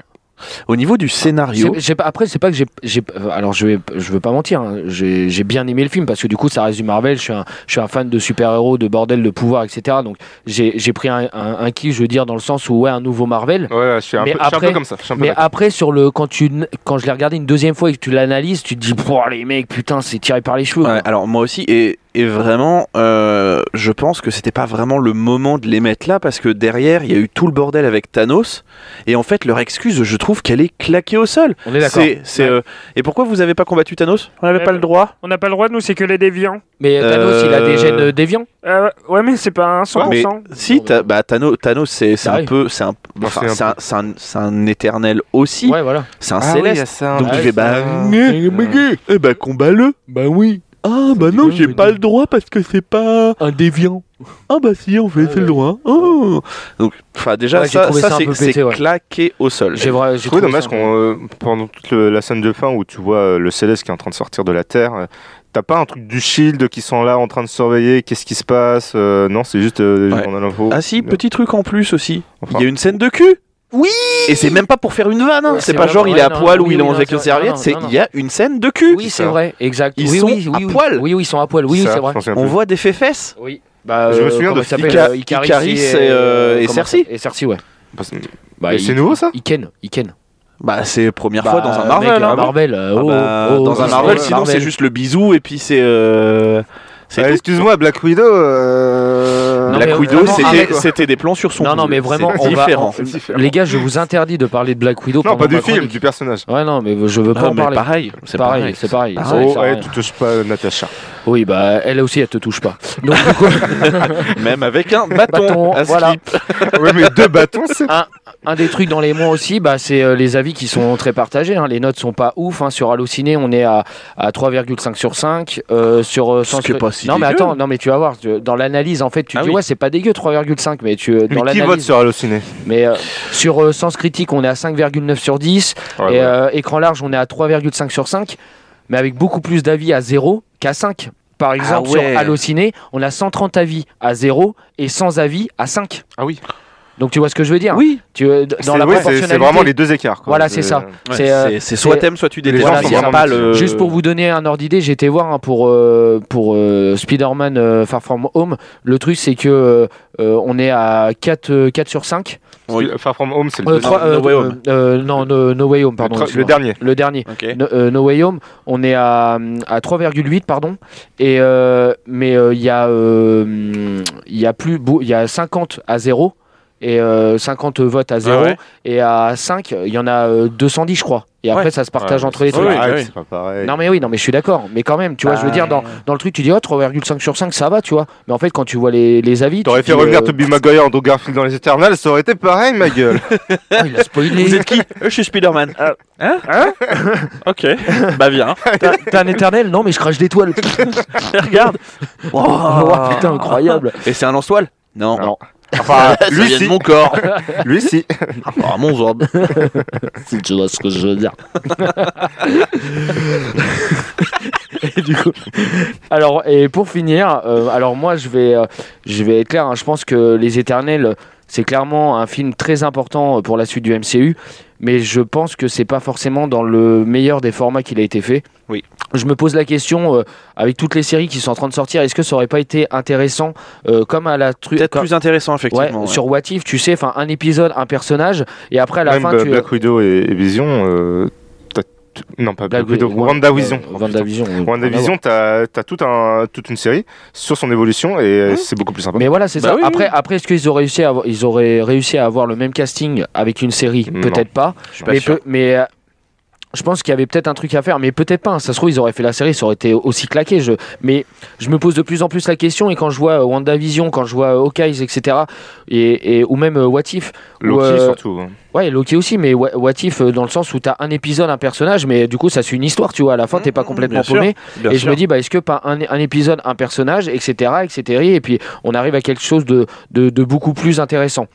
S2: au niveau du scénario,
S1: C'est- j'ai pas- après, c'est pas que j'ai. j'ai- euh, Alors, je, vais, je veux pas mentir, hein, j'ai j'ai bien aimé le film parce que du coup, ça reste du Marvel. Je suis un, je suis un fan de super-héros, de bordel, de pouvoir, etc. Donc, j'ai j'ai pris un, un, un kiff, je veux dire, dans le sens où, ouais, un nouveau Marvel.
S3: Ouais, je suis un, peu,
S1: Mais
S3: je suis un peu
S1: après-
S3: comme ça. je suis un peu
S1: Mais
S3: d'accord.
S1: après, sur le, quand, tu, n- quand je l'ai regardé une deuxième fois et que tu l'analyses, tu te dis, Pouah, les mecs, putain, c'est tiré par les cheveux.
S2: Ouais,
S1: quoi.
S2: alors moi aussi, et Et vraiment, euh, je pense que c'était pas vraiment le moment de les mettre là parce que derrière, il y a eu tout le bordel avec Thanos. Et en fait, leur excuse, je trouve qu'elle est claquée au sol.
S1: On est d'accord.
S2: C'est, c'est,
S6: Ouais.
S2: euh, Et pourquoi vous avez pas combattu Thanos On n'avait
S6: Ouais,
S2: pas le droit
S6: On n'a pas le droit, nous, c'est que les déviants.
S1: Mais Thanos, il a des
S2: Euh,
S1: gènes déviants.
S6: Euh, ouais, mais c'est pas un 100%.
S2: mais si,
S1: Non,
S2: t'as- bah, Thanos, Thanos c'est, c'est
S1: Ah
S2: un
S1: oui.
S2: peu, c'est un, enfin,
S3: c'est un
S2: c'est un, c'est un- c'est un éternel aussi,
S1: Ouais, voilà.
S2: c'est un
S3: Ah oui, il y
S2: céleste.
S3: a ça,
S2: Donc
S1: Ah oui,
S2: tu fais
S3: c'est
S2: bah,
S3: un-
S2: gneu,
S1: Euh,
S3: Ouais.
S2: gneu. eh bah combat-le.
S1: Bah oui,
S2: Ah bah
S1: dit
S2: non,
S1: quoi,
S2: j'ai
S1: le
S2: pas
S1: gneu
S2: le droit parce que c'est pas.
S1: un déviant.
S2: Ah bah si, on fait
S1: Ah
S2: c'est le
S1: ouais.
S2: droit. Oh. Donc, enfin déjà
S1: Ouais, j'ai
S2: ça,
S1: trouvé
S2: ça,
S1: ça un
S2: c'est
S1: peu
S2: c'est
S1: pété, ouais.
S2: claqué au sol.
S1: J'ai vrai,
S3: Je trouvais dommage qu'on euh, pendant toute le- la scène de fin où tu vois euh, le Céleste qui est en train de sortir de la Terre, euh, t'as pas un truc du Shield qui sont là en train de surveiller qu'est-ce qui se passe. euh, non, c'est juste euh,
S2: Ouais.
S3: on a l'info.
S2: Ah si,
S3: Enfin,
S2: petit truc en plus aussi. Il y a une scène de cul.
S5: Oui
S2: Et c'est même pas pour faire une vanne. hein.
S1: Ouais,
S2: c'est
S1: c'est
S2: pas
S1: vrai,
S2: genre
S1: ouais,
S2: il est à
S1: non,
S2: poil
S1: oui,
S2: ou il
S1: oui,
S2: est en
S1: non,
S2: avec une
S1: c'est vrai,
S2: serviette.
S1: non,
S2: C'est
S1: non, non.
S2: il y a une scène de cul.
S1: Oui,
S3: c'est
S1: c'est vrai, exact.
S2: Ils
S1: oui,
S2: sont
S1: oui,
S2: à
S1: oui, oui.
S2: poil.
S1: Oui, oui, ils sont à poil. Oui,
S3: ça,
S1: c'est vrai.
S3: je me souviens
S2: On
S3: plus.
S2: voit des faits fesses.
S1: Oui. Bah,
S3: Je me souviens
S1: comment
S3: de
S1: il s'appelle,
S2: Ica-
S1: euh, Icaris
S2: Icaris et, euh, et
S1: comment ça
S2: Cersei.
S1: s'appelle Et Cersei, ouais.
S3: Parce-
S1: Bah,
S3: Mais
S1: il-
S3: c'est nouveau ça
S1: il ken, il ken.
S2: Bah c'est première
S1: Bah,
S2: fois dans un
S1: mec,
S2: Marvel. hein.
S1: un Marvel, euh,
S2: Ah
S1: oh,
S2: bah,
S1: oh,
S2: dans un
S1: oh,
S2: Marvel,
S1: oh,
S2: sinon c'est
S1: Marvel.
S2: juste le bisou et puis c'est. euh, c'est
S3: Ah,
S2: tout.
S3: Excuse-moi, Black Widow. euh,
S1: Non,
S2: Black
S1: mais
S2: Widow,
S1: vraiment,
S2: c'était,
S1: arrête.
S2: c'était des plans sur son.
S1: Non, non,
S2: couple.
S1: mais vraiment,
S2: C'est
S1: on va-
S2: différent.
S3: C'est différent.
S1: Les gars, je vous interdis de parler de Black Widow.
S3: Non,
S1: pendant
S3: pas du
S1: ma
S3: film,
S1: chronique.
S3: du personnage.
S1: Ouais, non, mais je veux pas
S2: Non,
S1: en
S2: mais
S1: parler.
S2: pareil, c'est pareil. Ah
S1: Pareil, c'est pareil. Ah, ça,
S2: pareil.
S1: ça,
S3: Oh, ouais,
S1: ouais.
S3: tu touches pas euh, Natasha.
S1: Oui, bah, elle aussi, elle te touche pas. Donc, du coup,
S2: Même avec un bâton.
S1: Bâton,
S2: à slip.
S1: voilà.
S3: ouais, mais deux bâtons, c'est.
S1: un des trucs dans les mois aussi, bah, c'est euh, les avis qui sont très partagés. hein. Les notes sont pas ouf. hein. Sur Allociné, on est à, à 3,5 sur 5. euh, sur euh,
S2: Ce
S1: Sens-
S2: qui est pas si
S1: Non, mais
S2: dégueu.
S1: attends, non, mais tu vas voir. tu- dans l'analyse, en fait, tu
S2: Ah
S1: dis,
S2: oui.
S1: ouais, c'est pas dégueu 3,5, mais tu, euh, dans
S3: Mais qui vote
S1: l'analyse.
S3: sur Allociné
S1: Mais euh, sur euh, Sens Critique, on est à 5,9 sur 10.
S3: Ouais,
S1: et
S3: ouais.
S1: euh, écran large, on est à 3,5 sur 5, mais avec beaucoup plus d'avis à 0 qu'à 5.
S3: Ah
S1: Par exemple,
S2: ouais.
S1: sur Allociné, on a 130 avis à 0 et 100 avis à 5.
S3: Ah oui.
S1: Donc tu vois ce que je veux dire
S2: Oui.
S1: Tu, euh, d- dans
S3: C'est-
S1: la
S3: oui, c'est-
S1: proportionnalité.
S3: C'est vraiment les deux écarts. quoi.
S1: Voilà, c'est ça.
S2: C'est,
S1: euh,
S2: c'est soit
S1: c'est-
S2: t'aimes, soit tu
S3: les
S2: détestes.
S3: gens
S2: Voilà,
S3: sont
S2: il y a
S3: vraiment
S2: pas
S3: petits.
S2: le-
S1: Juste pour vous donner un ordre d'idée, j'ai été voir hein, pour, euh, pour euh, Spider-Man euh, Far From Home. Le truc, c'est que euh, euh, on est à 4, euh, 4 sur 5.
S2: Oui.
S3: Far From Home, c'est le
S1: Euh,
S3: deuxième.
S1: trois-
S2: No Way Home.
S1: euh, euh, non, no, No Way Home, pardon.
S3: Le tro- le
S1: excuse-moi.
S3: dernier.
S1: Le dernier.
S2: Ok.
S1: No, euh, No Way Home, on est à, à 3,8 pardon, et euh, mais euh, il y a euh, il y a plus beau- il y a 50 à 0 et euh, 50 votes à 0
S2: ouais.
S1: et à 5 il y en a euh, 210 je crois et après
S2: Ouais.
S1: ça se partage
S3: Ouais,
S1: entre les
S2: c'est
S1: trucs.
S2: vrai.
S3: Ah,
S2: oui.
S3: C'est pas pareil.
S1: Non mais oui non mais je suis d'accord mais quand même tu vois je veux dire dans, dans le truc tu dis oh 3,5 sur 5 ça va tu vois mais en fait quand tu vois les, les avis tu
S3: T'aurais
S1: te
S3: fait
S1: dis,
S3: revenir
S1: euh,
S3: Tobey Maguire en Andrew Garfield dans les Eternals, ça aurait été pareil, ma gueule.
S1: oh, il a spoilé
S2: Vous êtes qui Je suis Spider-Man. Hein Ok. Bah viens.
S1: T'as- t'es un éternel non mais je crache des toiles
S2: Regarde.
S1: oh, putain incroyable
S2: Et c'est un lance-toile Non.
S1: Non.
S3: Enfin,
S2: Ça
S3: lui
S2: vient de
S3: si.
S2: mon corps.
S3: Lui si.
S2: Ah, mon zorb.
S1: Si tu vois ce que je veux dire. et du coup, alors et pour finir, euh, alors moi je vais, euh, je vais être clair. hein, je pense que Les Éternels, c'est clairement un film très important euh, pour la suite du MCU, mais je pense que c'est pas forcément dans le meilleur des formats qu'il a été fait.
S2: Oui.
S1: Je me pose la question euh, avec toutes les séries qui sont en train de sortir, est-ce que ça aurait pas été intéressant euh, comme à la truc
S2: Peut-être plus intéressant, effectivement. ouais.
S1: sur What If, tu sais, enfin un épisode, un personnage, et après à la
S3: Même
S1: fin
S3: Bla-
S1: tu
S3: Black Widow et, et Vision. euh, t'as tout- Non, pas Black, Widow. WandaVision. Oh, putain.
S1: WandaVision. oui.
S3: WandaVision, t'as t'as tout un- toute une série sur son évolution et euh, c'est beaucoup plus sympa.
S1: Mais voilà, c'est
S2: Bah
S1: ça.
S2: oui,
S1: après, après, est-ce qu'ils auraient réussi à avoir, ils auraient réussi à avoir le même casting avec une série
S3: Non.
S1: Peut-être pas.
S2: Je suis pas
S1: mais
S2: sûr.
S1: peu- mais euh, je pense qu'il y avait peut-être un truc à faire, mais peut-être pas. hein. Ça se trouve, ils auraient fait la série, ça aurait été aussi claqué. Je, mais je me pose de plus en plus la question, et quand je vois euh, WandaVision, quand je vois euh, Hawkeye, etc., et, et- ou même euh, What If,
S3: Loki
S1: ouais.
S3: surtout. hein.
S1: Ouais, Loki aussi, mais Wha- What If euh, dans le sens où t'as un épisode, un personnage, mais du coup ça suit une histoire, tu vois. À la fin, t'es pas
S2: Mhm,
S1: complètement
S2: bien sûr,
S1: paumé.
S2: Bien
S1: et je
S2: sûr.
S1: me dis, bah, est-ce que pas un, un épisode, un personnage, etc., etc., et puis on arrive à quelque chose de, de, de beaucoup plus intéressant.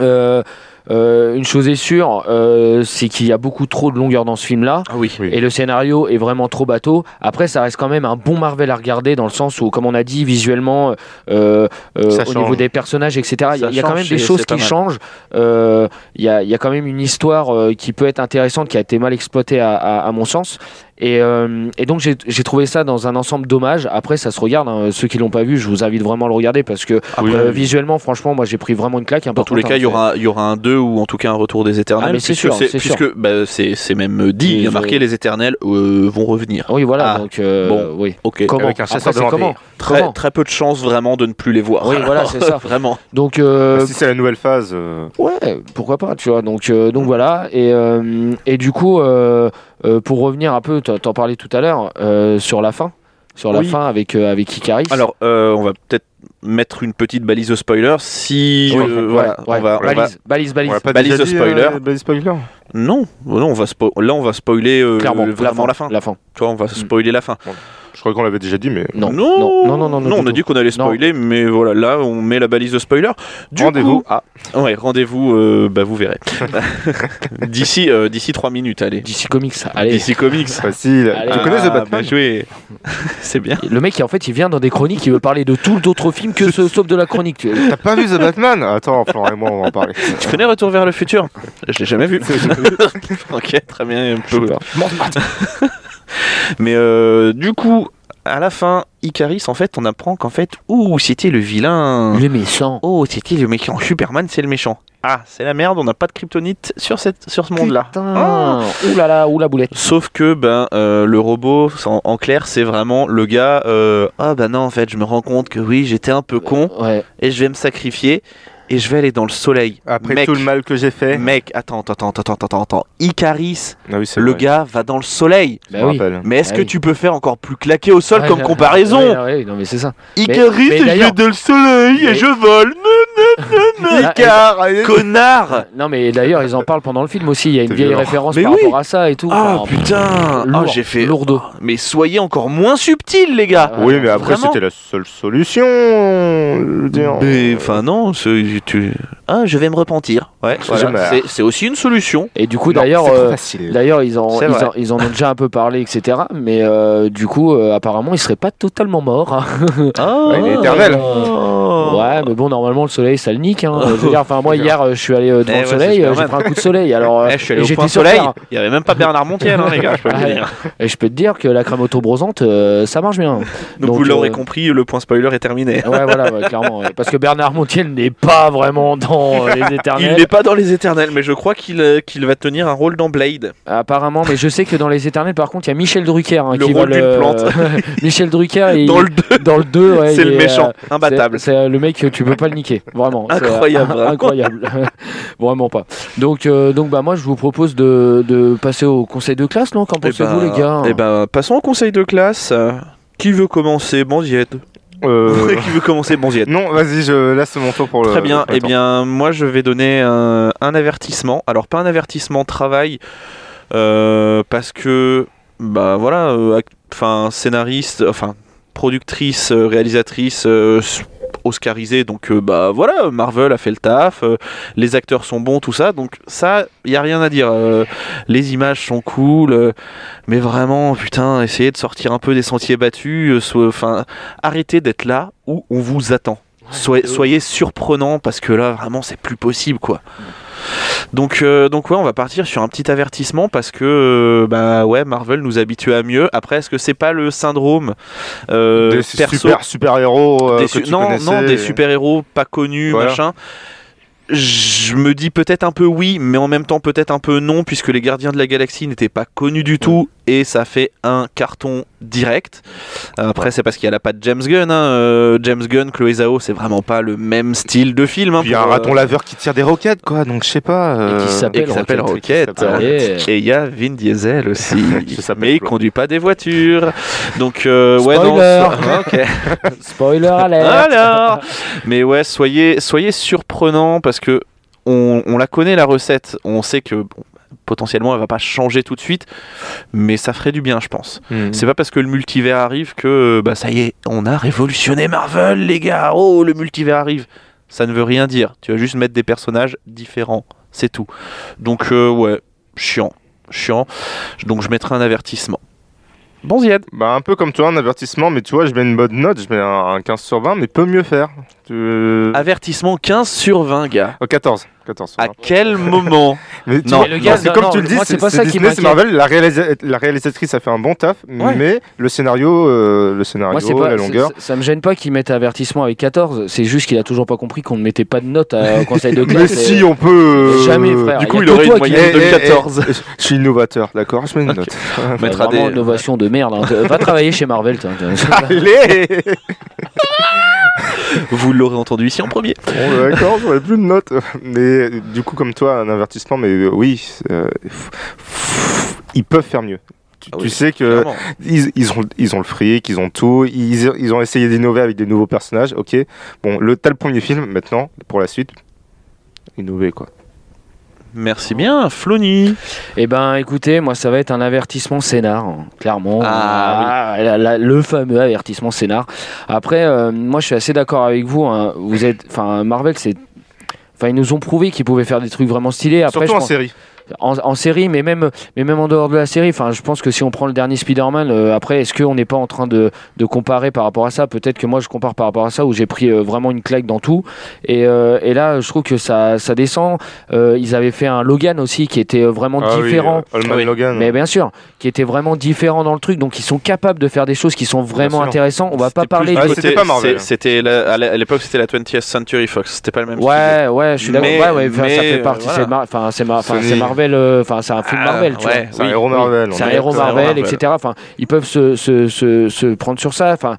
S1: Euh, euh, une chose est sûre, euh, c'est qu'il y a beaucoup trop de longueur dans ce film-là.
S2: Ah oui.
S3: Oui.
S1: Et le scénario est vraiment trop bateau. Après, ça reste quand même un bon Marvel à regarder dans le sens où, comme on a dit, visuellement, euh, euh,
S3: Ça
S1: au
S3: change.
S1: niveau des personnages, etc., il y a- il y, a quand
S2: change,
S1: même des
S2: c'est-
S1: choses
S2: c'est pas
S1: qui
S2: mal.
S1: changent. Euh, Il y, a, il y a quand même une histoire euh, qui peut être intéressante, qui a été mal exploitée à, à- à mon sens. Et, euh, et donc j'ai j'ai trouvé ça dans un ensemble d'hommages. Après, ça se regarde. hein. Ceux qui l'ont pas vu, je vous invite vraiment à le regarder parce que
S3: Oui,
S1: euh,
S3: oui.
S1: visuellement, franchement, moi j'ai pris vraiment une claque. hein,
S2: Dans
S1: par
S2: tous les
S1: contre,
S2: cas,
S1: hein,
S2: il y aura, il y aura un 2 ou en tout cas un retour des éternels.
S1: Ah, mais c'est
S2: puisque
S1: sûr, c'est sûr.
S2: Puisque bah, c'est c'est même euh, dit, il y a
S1: Ils
S2: marqué
S1: ont-
S2: les éternels euh, vont revenir.
S1: c'est- Oui, voilà.
S2: Ah,
S1: donc euh,
S2: bon.
S1: oui.
S2: Ok.
S1: Comment
S3: Avec un
S1: Après,
S3: chasseur de
S1: c'est
S3: vampires.
S1: comment
S2: Très,
S1: Comment
S2: très peu de chances vraiment de ne plus les voir.
S1: Oui, voilà,
S2: Alors,
S1: c'est ça.
S2: vraiment.
S1: Donc
S2: Bah,
S1: euh,
S3: Ah, Si c'est la nouvelle phase, euh,
S1: Ouais, pourquoi pas, tu vois. Donc, euh, donc voilà. Et, euh, et du coup, euh, euh, pour revenir un peu, t'en t'en parlais tout à l'heure, euh, sur la fin. Sur la
S2: Oui.
S1: fin avec, euh, avec Icaris.
S2: Alors, euh, on va peut-être mettre une petite balise de spoiler. Si
S1: Oui,
S2: euh,
S1: ouais,
S2: voilà,
S1: ouais.
S2: on va, on va-
S1: balise, balise, balise.
S3: on l'a pas
S2: balise
S3: déjà
S2: de
S3: dit,
S2: spoiler.
S3: euh, balise spoiler.
S2: non, non, on va spo- là on va spoiler euh,
S1: Clairement,
S2: vraiment la fin.
S1: La fin.
S2: Tu vois, on va spoiler la fin.
S3: Je crois qu'on l'avait déjà dit, mais
S1: Non.
S2: non,
S1: non, non, non, du
S2: on a
S1: tout.
S2: dit qu'on allait spoiler, mais voilà, là on met la balise de spoiler. Du
S3: rendez-vous.
S2: coup- ah, Ouais, rendez-vous, euh, bah vous verrez. d'ici, euh, d'ici 3 minutes, allez.
S1: DC Comics, allez.
S2: D'ici Comics.
S3: C'est facile.
S1: Allez.
S3: Tu connais
S2: Ah,
S3: The Batman
S2: bien joué. C'est bien.
S1: Le mec, en fait, il vient dans des chroniques, il veut parler de tout d'autres films que ce, sauf de la chronique. tu vois.
S3: T'as pas vu The Batman Attends, Florent et moi, on va en parler.
S2: Tu connais Retour vers le futur Je l'ai jamais vu. ok, très bien. un peu. Mais euh, du coup, à la fin, Icaris, en fait, on apprend qu'en fait, ouh, c'était le vilain.
S1: Le méchant.
S2: Oh, c'était le méchant. Superman, c'est le méchant. Ah, c'est la merde, on n'a pas de kryptonite sur, cette, sur ce monde-là. Ah.
S1: Putain. Ouh là là, ouh la boulette.
S2: Sauf que ben euh, le robot en, en clair c'est vraiment le gars euh, ah bah non en fait je me rends compte que oui j'étais un peu con
S1: Ouais.
S2: et je vais me sacrifier et je vais aller dans le soleil.
S3: Après
S2: Mec.
S3: tout le mal que j'ai fait.
S2: Mec attends attends attends attends attends attends Icaris
S3: Ah oui, c'est
S2: le
S3: vrai.
S2: gars va dans le soleil.
S3: Je
S1: Bah
S3: me
S1: oui.
S3: rappelle.
S2: Mais est-ce
S1: Ah
S2: que
S1: oui.
S2: tu peux faire encore plus claquer au sol
S1: Ouais,
S2: comme
S1: ouais,
S2: comparaison
S1: ouais, ouais, non, mais c'est ça. Mais-
S2: Icaris
S1: mais
S2: et je vais
S1: d'ailleurs-
S2: dans le soleil et
S1: Mais-
S2: je vole.
S1: Là,
S3: Car, allez.
S2: Connard.
S1: Ah, Non mais d'ailleurs ils en parlent pendant le film aussi, il y a une
S3: C'est
S1: vieille
S3: violent.
S1: référence
S2: Mais
S1: par
S2: oui.
S1: rapport à ça et tout.
S2: Ah
S1: Enfin,
S2: putain Ah
S1: lourd,
S2: j'ai fait
S1: lourdeau.
S2: Mais soyez encore moins subtil les gars.
S3: Oui, mais après,
S2: Vraiment
S3: c'était la seule solution. je veux dire.
S2: Mais enfin non, c'est- tu... ah, je vais me repentir. Ouais, voilà.
S3: Excusez-moi.
S2: C'est- c'est aussi une solution.
S1: Et du coup
S3: Non,
S1: d'ailleurs
S3: c'est trop
S1: euh,
S3: facile.
S1: d'ailleurs ils en
S2: C'est
S1: ils,
S2: vrai.
S1: en- ils en ont déjà un peu parlé etc. Mais euh, du coup euh, apparemment ils seraient pas totalement morts. hein.
S2: Ah,
S3: Ouais, il est éternel.
S1: Ouais mais bon normalement le soleil ça le nique. hein. Je veux dire enfin moi hier euh, je suis allé euh, devant
S2: Eh
S1: le
S2: ouais,
S1: soleil,
S2: c'est
S1: euh, j'ai
S2: Superman.
S1: pris un coup de soleil. Alors euh,
S2: Eh, je suis allé
S1: et
S2: au
S1: j'étais
S2: point
S1: sur
S2: soleil.
S1: Terre.
S2: Il n'y avait même pas Bernard Montiel, hein, les gars. Je peux vous
S1: Ah,
S2: le dire.
S1: et je peux te dire que la crème autobrosante euh, ça marche bien.
S2: Donc, vous l'aurez
S1: euh,
S2: compris, le point spoiler est terminé.
S1: Ouais voilà ouais, clairement ouais. parce que Bernard Montiel n'est pas vraiment dans euh, les
S2: Il
S1: éternels.
S2: n'est pas dans les éternels, mais je crois qu'il euh, qu'il va tenir un rôle dans Blade.
S1: Ah, Apparemment, mais je sais que dans les Éternels, par contre, il y a Michel Drucker hein,
S2: Le
S1: qui
S2: rôle
S1: va
S2: d'une
S1: le...
S2: plante.
S1: Michel Drucker, il-
S2: Dans le 2,
S1: dans le 2, ouais,
S2: c'est
S1: il
S2: le
S1: est,
S2: méchant,
S1: euh,
S2: imbattable.
S1: C'est c'est, euh, le mec, que tu peux pas le niquer, vraiment. C'est, euh,
S2: Incroyable, vraiment.
S1: incroyable, vraiment pas. Donc, euh, donc bah moi, je vous propose de, de passer au conseil de classe, non Qu'en
S2: Eh
S1: pensez-vous,
S2: ben-
S1: les gars
S2: eh ben, passons au conseil de classe. Euh, Qui veut commencer Bandiette.
S3: Euh,
S2: Qui veut commencer Bandiette
S3: Non, vas-y, je... là, c'est mon tour
S1: Euh,
S3: pour le.
S2: Très bien.
S3: pour le
S2: Eh
S3: temps.
S2: bien, moi, je vais donner un, euh, un avertissement. Alors, pas un avertissement travail, euh, parce que, bah voilà, euh, act- enfin, scénariste, enfin, productrice, euh, réalisatrice, euh, s- oscarisée, donc, euh, bah voilà, Marvel a fait le taf, euh, les acteurs sont bons, tout ça, donc ça, il n'y a rien à dire. Euh, les images sont cool, euh, mais vraiment, putain, essayez de sortir un peu des sentiers battus, euh, so- enfin, arrêtez d'être là où on vous attend. Soyez, soyez surprenant parce que là vraiment c'est plus possible quoi. Donc euh, donc ouais on va partir sur un petit avertissement parce que euh, bah ouais Marvel nous habitue à mieux. Après est-ce que c'est pas le syndrome euh,
S3: Des
S2: perso
S3: super super héros. euh,
S2: des su- non non des super héros pas connus
S3: Voilà.
S2: machin. Je me dis peut-être un peu oui, mais en même temps peut-être un peu non, puisque les Gardiens de la Galaxie n'étaient pas connus du tout, et ça fait un carton direct. Après, c'est parce qu'il y a la patte James Gunn. hein, euh, James Gunn, Chloé Zhao, c'est vraiment pas le même style de film. hein,
S3: Puis il y a un
S2: pour, euh,
S3: raton laveur qui tire des roquettes, quoi. Donc je sais pas.
S1: Et qui
S3: euh,
S1: s'appelle-
S2: et qui s'appelle
S3: Rocket.
S2: Rocket. hein.
S3: Ah,
S1: Allez.
S2: Et il y a Vin Diesel aussi.
S3: Je sais pas
S2: mais il
S3: pourquoi.
S2: conduit pas des voitures. Donc, euh, ouais, non.
S1: Spoiler.
S2: Ok.
S1: Spoiler alert
S2: Alors Mais ouais, soyez, soyez surprenant parce que on, on la connaît la recette. On sait que bon, potentiellement elle va pas changer tout de suite, mais ça ferait du bien, je pense.
S3: hmm.
S2: C'est pas parce que le multivers arrive que euh, bah ça y est, on a révolutionné Marvel, les gars. Oh, le multivers arrive. Ça ne veut rien dire. Tu vas juste mettre des personnages différents, c'est tout. Donc euh, ouais, chiant, chiant. Donc je mettrai un avertissement. Bon Ziad.
S3: Bah, un peu comme toi, un avertissement, mais tu vois, je mets une bonne note, je mets un, un 15 sur 20, mais peut mieux faire. Tu-
S2: Avertissement 15 Mmh. sur 20, gars.
S3: Oh, 14. 14
S2: À quel moment
S3: Mais tu
S2: Non.
S3: vois,
S2: Mais le
S3: non,
S1: gars,
S3: c'est
S1: non,
S3: comme
S1: non,
S3: tu le dis,
S1: moi, c'est
S3: c'est
S1: pas
S3: c'est
S1: ça qui
S3: Disney, c'est
S1: m'inquiète.
S3: Marvel. La, réalisa- la réalisatrice a fait un bon taf,
S1: Ouais.
S3: mais le scénario, euh, le scénario,
S1: Moi, c'est pas,
S3: la
S1: c'est-
S3: longueur.
S1: c'est- ça me gêne pas qu'il mette avertissement avec 14. C'est juste qu'il a toujours pas compris qu'on ne mettait pas de notes à- au conseil de
S3: Mais
S1: classe. et-
S3: si on peut. euh,
S1: Jamais, frère.
S2: Du
S1: y
S2: coup,
S1: a
S2: Ah, il
S1: que
S2: aurait
S1: toi
S2: une
S1: qui-
S3: Eh,
S2: moyenne de
S3: eh, eh,
S2: 14.
S3: Je suis innovateur, d'accord Je mets une note.
S1: Ouais,
S2: Mettra
S1: vraiment,
S2: des-
S1: innovation de merde. hein. Te- Va travailler chez Marvel. toi.
S3: Allez
S2: Vous l'aurez entendu ici en premier.
S3: Bon, bah, d'accord, j'aurais plus de notes. Mais euh, du coup, comme toi, un avertissement, mais euh, oui, euh, f- f- ils peuvent faire mieux. Tu,
S2: Ah
S3: tu
S2: oui,
S3: sais que
S2: Clairement.
S3: ils, ils ont, ils ont le fric, ils ont tout, ils, ils ont essayé d'innover avec des nouveaux personnages, ok. Bon, le, t'as le premier film, maintenant, pour la suite, innover quoi.
S2: Merci bien, Flony.
S1: Eh ben, écoutez, moi, ça va être un avertissement scénar, hein. clairement.
S2: Ah,
S1: Ah, la- la- le fameux avertissement scénar. Après, euh, moi, je suis assez d'accord avec vous. hein. Vous êtes, enfin, Marvel, c'est, enfin, ils nous ont prouvé qu'ils pouvaient faire des trucs vraiment stylés. Après,
S3: Surtout
S1: je
S3: en
S1: pense-
S3: série.
S1: en, en série, mais même, mais même en dehors de la série. Enfin, je pense que si on prend le dernier Spider-Man, euh, après, est-ce qu'on n'est pas en train de, de comparer par rapport à ça Peut-être que moi, je compare par rapport à ça où j'ai pris euh, vraiment une claque dans tout. Et, euh, et là, je trouve que ça, ça descend. Euh, ils avaient fait un Logan aussi qui était euh, vraiment différent.
S3: Ah oui, euh, Old Man
S2: Ah oui.
S3: Logan.
S1: Mais bien sûr, qui était vraiment différent dans le truc. Donc, ils sont capables de faire des choses qui sont vraiment
S3: sûr.
S1: intéressantes. On va pas
S2: C'était
S1: parler.
S2: plus
S3: Ouais,
S1: de-
S2: côté-
S3: Ah, c'était pas Marvel.
S2: c'est- C'était la- à la- à l'époque, c'était la 20th Century Fox. C'était pas le même. studio.
S1: Ouais, ouais, je suis d'accord.
S2: Mais-
S1: Ouais, ouais, enfin, ça
S2: mais,
S1: fait partie.
S2: euh,
S1: c'est Mar- Enfin, c'est Mar- enfin,
S3: Sony.
S1: c'est Marvel. euh, Enfin, c'est un film
S2: Ah,
S1: Marvel. Tu vois.
S2: ouais,
S3: C'est un
S2: oui.
S3: héros Marvel. on
S1: C'est un
S3: est
S1: héros
S3: d'accord.
S2: d'accord.
S1: Marvel,
S2: Marvel.
S1: etc. Enfin, ils peuvent se, se, se, se prendre sur ça. Enfin,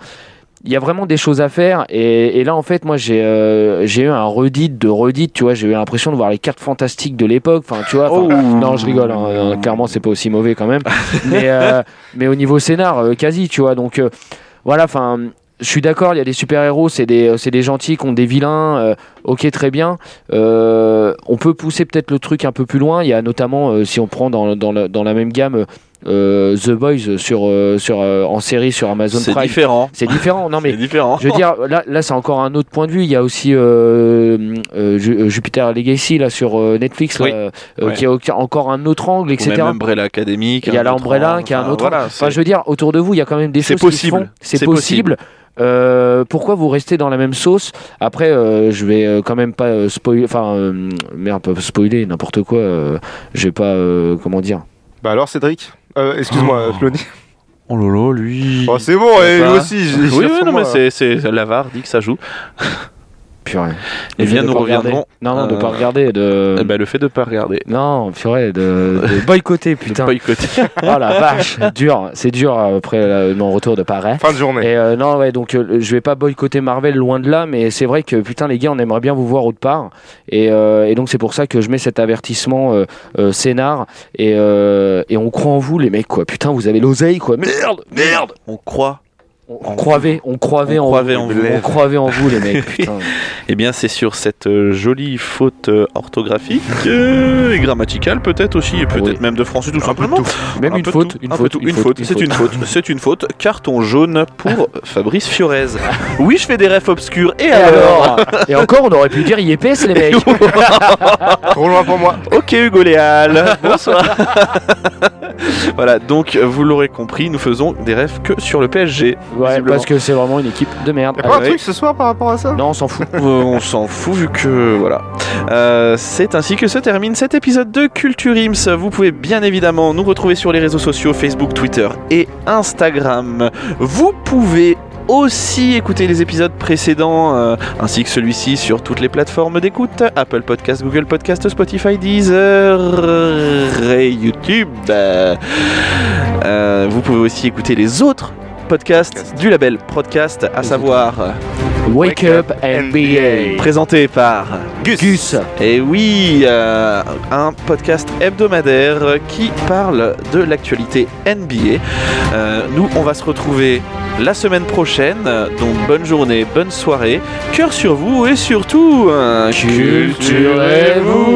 S1: il y a vraiment des choses à faire. Et, et là, en fait, moi, j'ai euh, j'ai eu un redit de redit. Tu vois, j'ai eu l'impression de voir les cartes fantastiques de l'époque. Enfin, tu vois. enfin, Non, je rigole. hein, euh, clairement, c'est pas aussi mauvais quand même. mais, euh, mais au niveau scénar, euh, quasi, tu vois. Donc, euh, voilà. Enfin, je suis d'accord. Il y a des super héros, c'est des, euh, c'est des gentils qui ont des vilains. euh, ok, très bien. Euh, on peut pousser peut-être le truc un peu plus loin. Il y a notamment, euh, si on prend dans, dans, la, dans la même gamme, euh, The Boys sur, euh, sur, euh, en série sur Amazon
S2: C'est
S1: Prime.
S2: différent.
S1: C'est différent, non
S2: C'est
S1: mais
S2: différent.
S1: je veux dire, là, là c'est encore un autre point de vue. Il y a aussi euh, euh, Ju- euh, Jupiter Legacy là, sur euh, Netflix, là,
S2: Oui.
S1: euh, euh,
S2: Ouais.
S1: qui a au- encore un autre angle,
S2: Ou
S1: etc.
S2: même Umbrella Academy. qui
S1: Il y a
S2: un autre
S1: l'Umbrella
S2: angle.
S1: qui a un
S2: Enfin,
S1: autre
S2: voilà,
S1: angle. Enfin,
S2: c'est-
S1: je veux dire, autour de vous, il y a quand même des
S2: C'est
S1: choses qui se
S2: possible.
S1: font. C'est
S2: C'est
S1: possible. Euh, pourquoi vous restez dans la même sauce Après, euh, je vais euh, quand même pas euh, spoiler. Enfin, euh, merde, pas spoiler, n'importe quoi. euh, je vais pas. euh, comment dire
S3: Bah alors, Cédric Euh, Excuse-moi, Flony.
S2: Oh lolo, lui.
S3: Oh, c'est bon, et lui
S2: Enfin.
S3: aussi. j'ai-
S2: oui,
S3: j'ai
S2: oui,
S3: sur
S2: non,
S3: moi.
S2: mais c'est- euh, c'est l'avare dit que ça joue.
S1: Purée.
S2: Eh
S1: Le fait
S2: bien,
S1: de
S2: nous
S1: pas regarder.
S2: reviendrons.
S1: Non, non, de
S2: Euh,
S1: pas regarder. De...
S2: Eh ben, le fait de pas regarder.
S1: Non, purée, de, de boycotter,
S2: De
S1: putain.
S2: boycotter.
S1: Oh la vache, dur. C'est dur après euh, mon retour de Paris.
S3: Fin de journée.
S1: Et euh, non, ouais, donc euh, je vais pas boycotter Marvel loin de là, mais c'est vrai que putain, les gars, on aimerait bien vous voir autre part. Et, euh, et donc, c'est pour ça que je mets cet avertissement euh, euh, scénar. Et, euh, et on croit en vous, les mecs, quoi. Putain, vous avez l'oseille, quoi. Merde, merde.
S2: On croit.
S1: On, on croyait, on croyait
S2: On
S1: en,
S2: croyait
S1: vous.
S2: en vous.
S1: On croyait en vous, les mecs, putain.
S2: Eh bien, c'est sur cette euh, jolie faute euh, orthographique euh, et grammaticale, peut-être aussi, et peut-être
S1: Oui.
S2: même de français tout
S3: peu de
S2: simplement.
S1: Même
S2: Un
S1: une
S2: peu de
S1: faute,
S2: tout,
S1: une
S2: un peu
S1: faute,
S2: tout, une faute, c'est une faute, c'est une faute. Carton jaune pour Fabrice Fiorez. Oui, je fais des refs obscurs, et
S1: Et
S2: alors
S1: alors Et encore, on aurait pu dire IEPS, les mecs.
S3: Trop loin pour moi.
S2: Ok Hugo Léal, bonsoir. voilà, donc vous l'aurez compris, nous faisons des rêves que sur le PSG.
S1: Ouais,
S2: visiblement.
S1: parce que c'est vraiment une équipe de merde.
S3: Y'a pas un
S2: Ah ouais.
S3: truc ce soir par rapport à ça
S1: Non, on s'en fout.
S2: Euh, on s'en fout vu que voilà. Euh, c'est ainsi que se termine cet épisode de Culture Ims. Vous pouvez bien évidemment nous retrouver sur les réseaux sociaux Facebook, Twitter et Instagram. Vous pouvez aussi écouter les épisodes précédents euh, ainsi que celui-ci sur toutes les plateformes d'écoute Apple Podcast, Google Podcast, Spotify, Deezer et YouTube. Euh, vous pouvez aussi écouter les autres podcasts du label Podcast, à savoir euh,
S1: Wake up NBA.
S2: présenté par Gus.
S1: Gus.
S2: Et oui, euh, un podcast hebdomadaire qui parle de l'actualité NBA. Euh, nous, on va se retrouver la semaine prochaine. Donc, bonne journée, bonne soirée, cœur sur vous et surtout, euh,
S1: Culturez-vous.